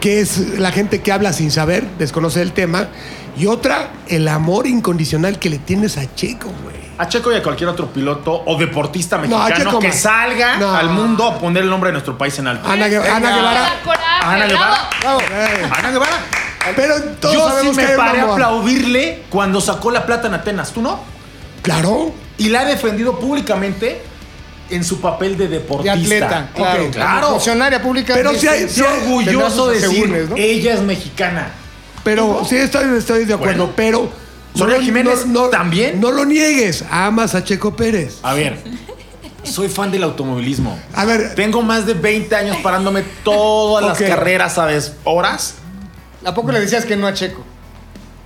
que es la gente que habla sin saber, desconoce el tema. Y otra, el amor incondicional que le tienes a Checo, güey.
A Checo y a cualquier otro piloto o deportista
a
mexicano
Checo
que
más.
salga
No.
al mundo a poner el nombre de nuestro país en alto.
Ana, Gue-
Ah,
Ana Guevara.
Da coraje,
Ana
bravo.
Guevara.
Eh,
Ana Guevara.
Pero todos
Yo sí
sabemos
me
que hay un
paré a
amor.
aplaudirle cuando sacó la plata en Atenas. ¿Tú no?
Claro.
Y la ha defendido públicamente en su papel de
De
deportista.
atleta, claro.
Ok,
Como
claro.
Funcionaria pública.
Pero si hay-
Estoy
sí
orgulloso de
tendrá sus
decir,
asegúnes, ¿no?
ella es mexicana.
Pero sí, estoy, estoy de acuerdo,
Bueno.
pero.
Sonia
lo-
Jiménez, ¿también?
No lo niegues. Amas a Checo Pérez.
A ver, soy fan del automovilismo.
A ver.
Tengo más de 20 años parándome todas
Ok.
las carreras a des- horas.
¿A poco le decías que no a Checo?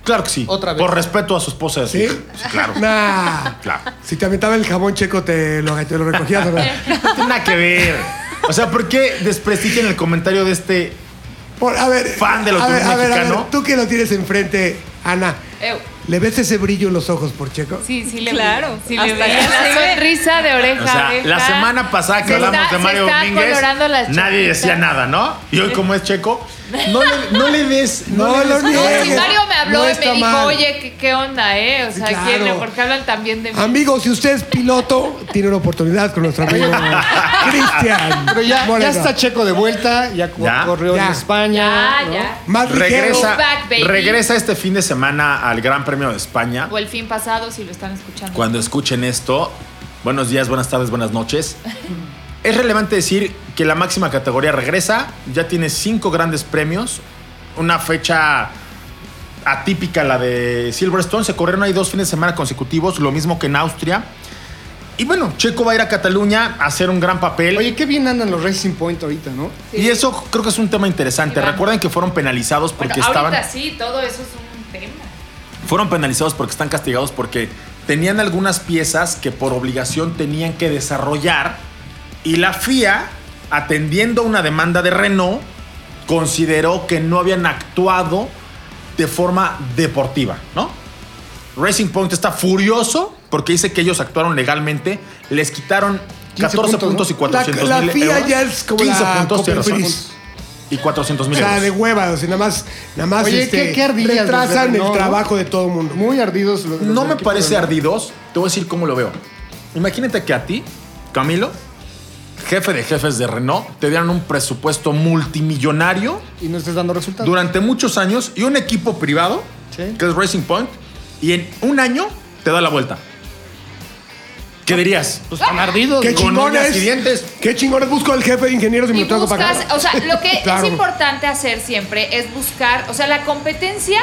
Claro que sí.
Otra vez.
Por respeto a su esposa. y a su
¿Sí?
hija. Pues claro.
Nah.
Claro.
Si te aventaba el jabón checo, te lo, te lo recogías, ¿o no?
No tiene nada que ver. O sea, ¿por qué desprestigian el comentario de este?
Por- a ver.
Fan del
a ver,
autobús
a ver, a ver,
mexicano.
tú que lo tienes enfrente, Ana,
Eu.
¿le ves ese brillo en los ojos por checo?
Sí, sí le
Claro,
vi. Sí le
hasta
vi.
ya se
La
ve.
sonrisa de oreja
O sea,
abeja.
la semana pasada que
Se
hablamos
está-
de Mario
se está
Domínguez,
colorando la
nadie
chaqueta.
decía nada, ¿no? Y hoy, como es checo, no le, no le des. No,
No
le des-
lo
No,
niegues.
si Mario me habló
No
y me
está
dijo,
mal.
oye, ¿qué, qué onda, eh? O sea,
Sí, claro.
¿quién le- ¿por qué hablan también de mí?
Amigos, si usted es piloto, tiene una oportunidad con nuestro amigo Cristian.
Pero ya, ya
Moreno.
está Checo de vuelta, ya, cu-
Ya.
corrió
Ya.
en España.
Ya,
¿no?
ya.
Más
Regresa,
Go back, baby.
regresa este fin de semana al Gran Premio de España.
O el fin pasado, si lo están escuchando.
Cuando escuchen esto, buenos días, buenas tardes, buenas noches. Es relevante decir que la máxima categoría regresa, ya tiene cinco grandes premios, una fecha atípica la de Silverstone, se corrieron ahí dos fines de semana consecutivos, lo mismo que en Austria. Y bueno, Checo va a ir a Cataluña a hacer un gran papel.
Oye, qué bien andan los Racing Point ahorita, ¿no?
y eso creo que es un tema interesante.
Sí, van.
Recuerden que fueron penalizados
Bueno,
porque
ahorita
estaban
sí, todo eso es un tema.
fueron penalizados porque están castigados porque tenían algunas piezas que por obligación tenían que desarrollar y la FIA, atendiendo una demanda de Renault, consideró que no habían actuado de forma deportiva, ¿no? Racing Point está furioso porque dice que ellos actuaron legalmente, les quitaron
15
14 puntos,
puntos, ¿no?
y 400
La- la
mil
FIA
euros.
ya es como
15
la
puntos, tienes razón.
Cofepris.
y 400
O
mil
sea, de
euros.
hueva, o sea, nada más, nada más
Oye,
este,
qué- qué ardillas los de
retrasan el
Renault, ¿no?
trabajo de todo el mundo.
Muy ardidos. los- los
No me
equipos
parece
de-
ardidos. Te voy a decir cómo lo veo. Imagínate que a ti, Camilo, jefe de jefes de Renault, te dieran un presupuesto multimillonario
Y no estés dando resultados.
durante muchos años y un equipo privado,
Sí.
que es Racing Point, y en un año te da la vuelta. ¿Qué dirías? Pues tan ardidos.
Qué
con uñas
chingones.
y dientes.
Qué chingones busco al jefe de ingenieros y me
Y
lo tengo que pagar.
buscas, o sea, lo que
Claro.
es importante hacer siempre es buscar, o sea, la competencia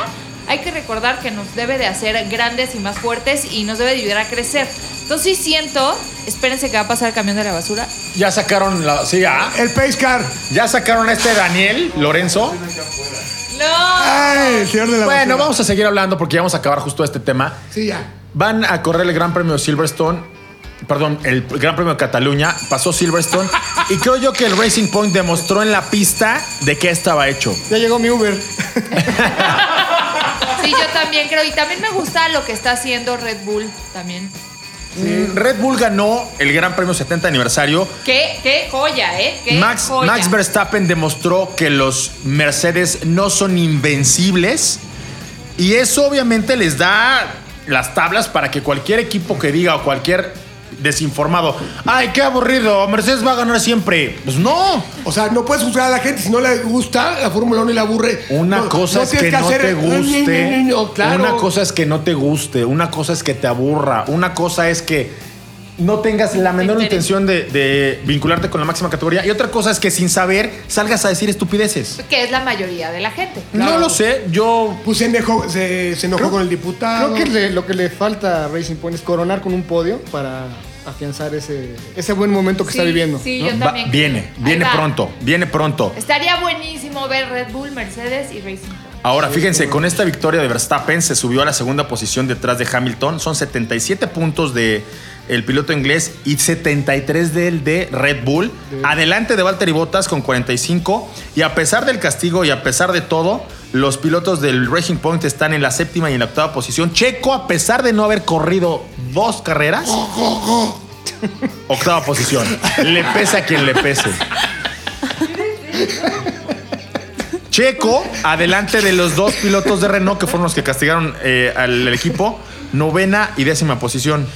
hay que recordar que nos debe de hacer grandes y más fuertes y nos debe de ayudar a crecer. Entonces sí siento, espérense que va a pasar el camión de la basura.
Ya sacaron la. Sí, ya.
El Pace Car.
Ya sacaron a este Daniel Lorenzo.
No.
Ay, el señor de la
Bueno,
basura.
vamos a seguir hablando porque ya vamos a acabar justo este tema.
Sí, ya.
Van a correr el Gran Premio de Silverstone. Perdón, el Gran Premio de Cataluña. Pasó Silverstone. y creo yo que el Racing Point demostró en la pista de qué estaba hecho.
Ya llegó mi Uber.
Sí, yo también creo y también me gusta lo que está haciendo Red Bull también.
Mm, Red Bull ganó el Gran Premio 70 aniversario.
Qué qué joya, ¿eh? Qué
Max,
joya.
Max Verstappen demostró que los Mercedes no son invencibles. Y eso obviamente les da las tablas para que cualquier equipo que diga o cualquier desinformado, ay, qué aburrido, Mercedes va a ganar siempre. Pues no.
O sea, no puedes juzgar a la gente si no le gusta la Fórmula 1 y la aburre.
Una
No,
cosa
no
es que,
tienes
no
hacer-
te guste.
No, no, no, no, claro.
Una cosa es que no te guste. Una cosa es que te aburra. Una cosa es que no tengas la menor
interesa.
intención de, de vincularte con la máxima categoría. Y otra cosa es que sin saber salgas a decir estupideces.
Que es la mayoría de la gente.
No lo sé, yo...
Pues se enojó, se, se enojó con el diputado.
Ah, Creo que le- lo que le falta a Racing Point es coronar con un podio para afianzar ese, ese buen momento que
Sí,
está viviendo.
Sí,
¿no?
yo
Va-
también.
viene,
Ahí
viene
va.
pronto, viene pronto.
Estaría buenísimo ver Red Bull, Mercedes y Racing. Point.
Ahora, fíjense, con esta victoria de Verstappen se subió a la segunda posición detrás de Hamilton. Son 77 puntos de el piloto inglés y 73 del de Red Bull. Adelante de Valtteri Bottas con 45. Y a pesar del castigo y a pesar de todo, los pilotos del Racing Point están en la séptima y en la octava posición. Checo, a pesar de no haber corrido dos carreras, octava posición. Le pese a quien le pese. Checo, adelante de los dos pilotos de Renault que fueron los que castigaron eh, al equipo, novena y décima posición.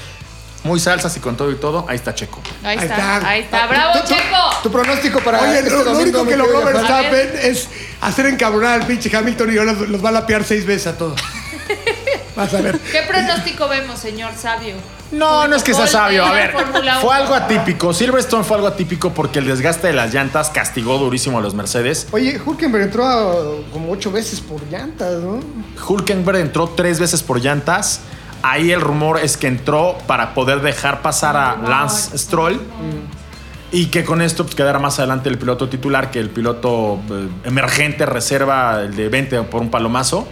Muy salsas y con todo y todo, ahí está Checo.
Ahí,
Ahí
está,
está. Ah,
ahí está. ¡Bravo,
Tu- tu-
Checo!
Tu pronóstico para.
Oye,
este
lo, lo
domingo,
único
mi
que logró
querido Rafa.
Verstappen es hacer encabronar al pinche Hamilton y ahora los, los va a lapear seis veces a todos. Vas a ver.
¿Qué pronóstico vemos, señor sabio?
No, no es que sea
Volpe,
sabio. A ver,
Fórmula
fue
Uno.
algo atípico. Silverstone fue algo atípico porque el desgaste de las llantas castigó durísimo a los Mercedes.
Oye, Hulkenberg entró a- como ocho veces por llantas, ¿no?
Hulkenberg entró tres veces por llantas. Ahí el rumor es que entró para poder dejar pasar a Lance Stroll.
Mm.
Y que con esto pues, quedara más adelante el piloto titular que el piloto eh, emergente reserva, el de 20 por un palomazo.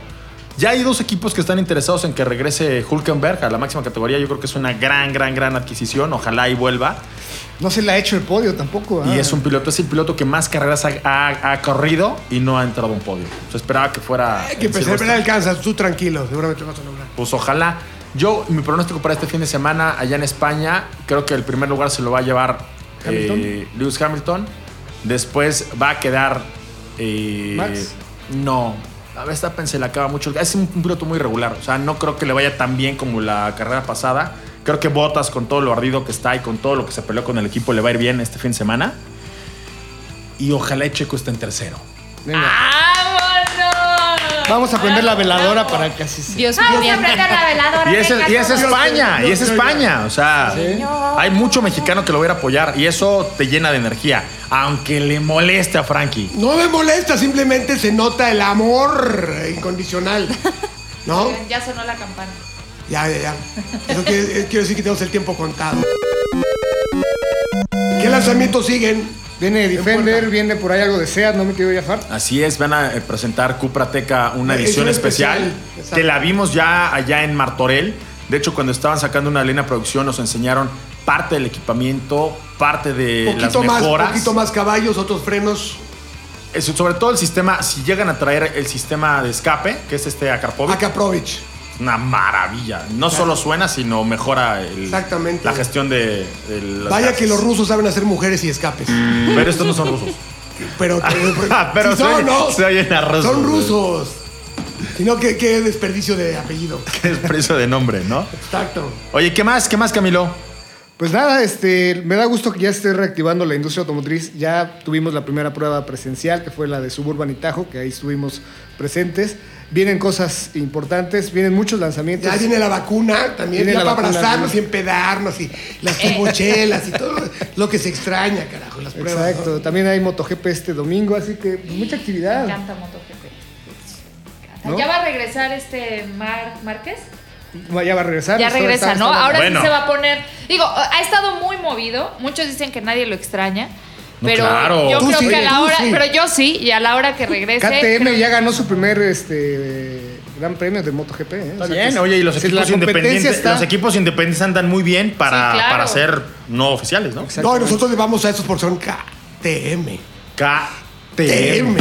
Ya hay dos equipos que están interesados en que regrese Hulkenberg a la máxima categoría. Yo creo que es una gran, gran, gran adquisición. Ojalá y vuelva.
No se le ha hecho el podio tampoco.
Y
ah.
es un piloto, es el piloto que más carreras ha, ha- ha corrido y no ha entrado a un podio. Se esperaba que fuera.
Que
en
empezar
Silverstone.
a alcanzas, tú tranquilo, seguramente vas a lograr.
pues ojalá. Yo, mi pronóstico para este fin de semana allá en España, creo que el primer lugar se lo va a llevar
¿Hamilton?
eh, Lewis Hamilton. Después va a quedar. eh,
¿Max?
No. A Verstappen se le acaba mucho. el- Es un, un piloto muy regular. O sea, no creo que le vaya tan bien como la carrera pasada. Creo que Botas, con todo lo ardido que está y con todo lo que se peleó con el equipo, le va a ir bien este fin de semana. Y ojalá y Checo esté en tercero.
Venga.
¡Vámonos!
Vamos a prender la
Bravo,
veladora
bravo.
para que así sea.
Dios
Vamos a
mediante.
prender la veladora.
Y es,
venga,
y es
todos.
España, y es España. O sea, hay mucho mexicano que lo va a ir a apoyar y eso te llena de energía, aunque le moleste a Frankie.
No me molesta, simplemente se nota el amor incondicional. ¿No?
Ya sonó la campana.
Ya, ya, ya. Eso quiere, eh, quiere decir que tenemos el tiempo contado. ¿Qué lanzamientos siguen?
Viene Defender, viene por ahí algo de SEAT, no me quiero viajar.
Así es, van a eh, presentar Cuprateca una
Edición
edición especial,
especial, exacto.
que la vimos ya allá en Martorell. De hecho, cuando estaban sacando una línea de producción nos enseñaron parte del equipamiento, parte de Eh, las
Poquito más,
mejoras.
poquito más caballos, otros frenos.
Eh, Sobre todo el sistema, si llegan a traer el sistema de escape, que es este Acarpovic.
Akaprovich.
una maravilla. No solo suena, sino mejora el-
Exactamente.
la gestión de, de las
Vaya
gases.
que los rusos saben hacer mujeres y escapes.
Pero estos no son rusos.
Pero,
Ah, Pero
si
se oye- se oyen a rusos,
Son
güey.
rusos. Si no, qué, qué desperdicio de apellido.
es precio de nombre, ¿no?
Exacto.
Oye, ¿qué más? ¿Qué más, Camilo?
Pues nada, este, me da gusto que ya esté reactivando la industria automotriz. Ya tuvimos la primera prueba presencial, que fue la de Suburban y Tajo, que ahí estuvimos presentes. Vienen cosas importantes, vienen muchos lanzamientos.
Ya viene la vacuna también,
Viene
ya
la
para
vacuna,
abrazarnos
¿no?
y empedarnos y las turbochelas y todo lo que se extraña, carajo, las pruebas.
Exacto, también hay MotoGP este domingo, así que pues, mucha
Me
actividad.
encanta MotoGP. Me encanta.
¿No?
¿Ya va a regresar este Mar Márquez?
Ya va a regresar.
Ya
está-
regresa,
está-
¿no?
está-
Ahora
Bueno.
sí se va a poner. Digo, ha estado muy movido. Muchos dicen que nadie lo extraña.
No,
Pero
claro.
yo
Tú
creo
sí,
que a la
tú
hora,
sí.
pero yo sí, y a la hora que regrese. creo-
KTM ya ganó su primer este, gran premio de MotoGP. ¿eh? O sea, que es-
oye, y los
si
equipos
la competencia
independientes.
está-
Los equipos independientes andan muy bien para,
Sí, claro.
para ser no oficiales, ¿no?
No, y nosotros le vamos a esos porque son KTM.
KTM.
TM.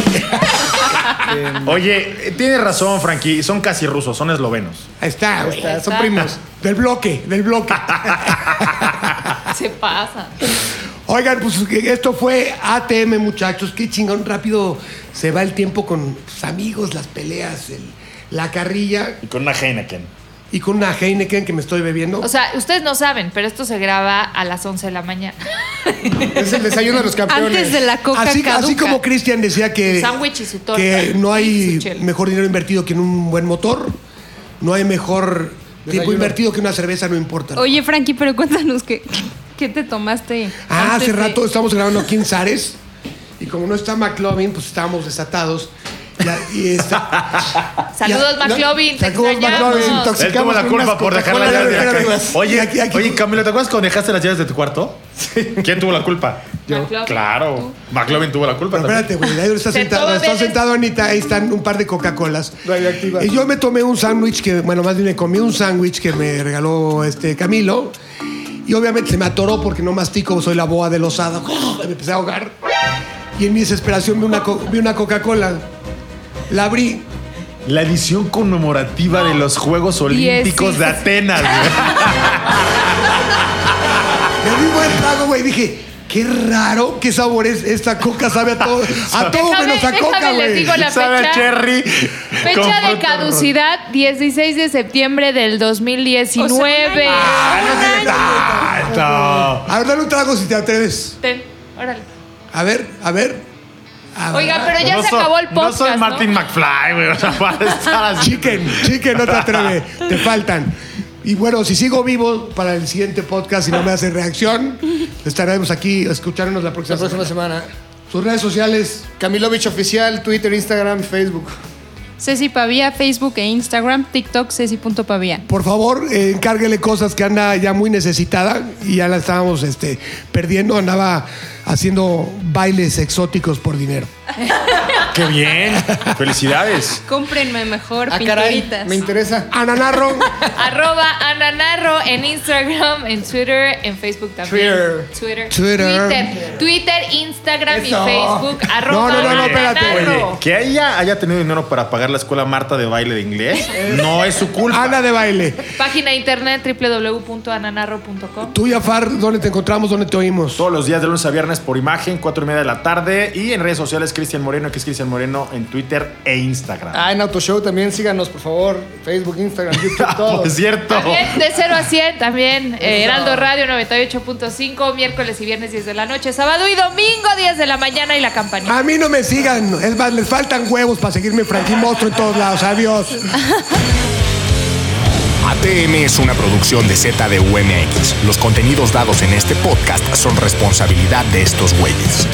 Oye, eh, tienes razón, Frankie. Son casi rusos, son eslovenos.
Ahí está,
Ahí
güey.
está, son primos.
Del bloque, del bloque.
Se pasa.
Oigan, pues que esto fue ATM, muchachos. Qué chingón, rápido se va el tiempo con tus amigos, las peleas, el- la carrilla
Y con una Heineken.
y con una Heineken que me estoy bebiendo.
O sea, ustedes no saben, pero esto se graba a las 11 de la mañana.
Es el desayuno de los campeones.
Antes de la coca
así, así
caduca.
como Cristian decía que,
Su sándwich y su torta.
que no
Y
hay
su chela.
mejor dinero invertido que en un buen motor, no hay mejor Tiempo
Desayuno.
invertido que una cerveza no importa.
Oye, Frankie, pero cuéntanos qué, qué te tomaste.
Ah,
antes
hace
de-
rato estamos grabando aquí en Zares y como no está McLovin, pues estábamos desatados. Ya- y está-
Saludos,
ya-
McLovin. Te
Saludos, McLovin,
extrañamos.
intox-
Él tuvo
Intoxicamos
la
con
culpa
unas
por dejar las
Coca-Cola,
llaves de
espérame,
acá.
espérame.
Oye,
Aquí, aquí.
oye, Camilo, ¿te acuerdas cuando dejaste las llaves de tu cuarto? ¿Quién tuvo la culpa?
Yo. McLovin.
Claro. McLovin tuvo la culpa.
Pero espérate, güey, ahí está
Se
sentado,
toma
está
veces-
sentado Anita, ahí están un par de Coca-Colas.
Radioactiva.
Y yo me tomé un sándwich que, bueno, más bien me comí un sándwich que me regaló este Camilo. Y obviamente se me atoró porque no mastico, soy la boa del osado. Me empecé a ahogar. Y en mi desesperación vi una, co- vi una Coca-Cola. La abrí.
La edición conmemorativa de los Juegos Olímpicos de Atenas. güey.
Le di un buen trago, güey. Dije, qué raro, qué sabor es esta coca. Sabe a todo, a todo
Déjame-
menos a
déjame
coca,
les
güey.
digo la
Sabe a
fecha.
Cherry. con
Fecha de
fruta roja.
caducidad 16 de septiembre del 2019.
Ah,
A ver, dale un trago si te atreves.
Ten, órale.
A ver, a ver. A ver.
Oiga, pero
no.
ya
Ah, No
se
soy-
acabó el
No
podcast.
soy Martin McFly, güey. O sea, para estar así.
Chicken, chicken, no te atreves. te faltan. Y bueno, si sigo vivo para el siguiente podcast y no me hace reacción, estaremos aquí escuchándonos la próxima,
La próxima
semana.
semana.
Sus redes sociales.
Camilovich Oficial, Twitter, Instagram, Facebook.
Ceci Pavía, Facebook e Instagram, TikTok, Ceci.pavía.
Por favor, eh, encárguele cosas que anda ya muy necesitada y ya la estábamos este, perdiendo. Andaba haciendo bailes exóticos por dinero.
¡Qué bien! ¡Felicidades!
Cómprenme mejor
Ah, caray,
pinturitas.
me interesa.
Ananarro,
Arroba Ananarro en Instagram, en Twitter, en Facebook también. Twitter. Twitter.
Twitter.
Twitter, Twitter, Instagram
Eso.
y Facebook.
No,
Arroba
no, no, no, espérate.
Ananarro.
Oye, que ella haya tenido dinero para pagar la escuela Marta de baile de inglés no es su culpa.
Ana de baile.
Página de internet www.ananarro.com.
Tú, Jafar, ¿dónde te encontramos? ¿Dónde te oímos?
Todos los días de lunes a viernes por imagen, 4 y media de la tarde. Y en redes sociales, Cristian Moreno, que es Cristian Moreno en Twitter e Instagram.
Ah, en Autoshow también síganos, por favor. Facebook, Instagram, YouTube, todo.
Por cierto.
También de 0 a 100, también eh, Heraldo Radio 98.5, miércoles y viernes 10 de la noche, sábado y domingo 10 de la mañana y la campanita.
A mí no me sigan. Es más, les faltan huevos para seguirme Frankie Monstruo en todos lados. Adiós.
ATM es una producción de ZDUMX. Los contenidos dados en este podcast son responsabilidad de estos güeyes.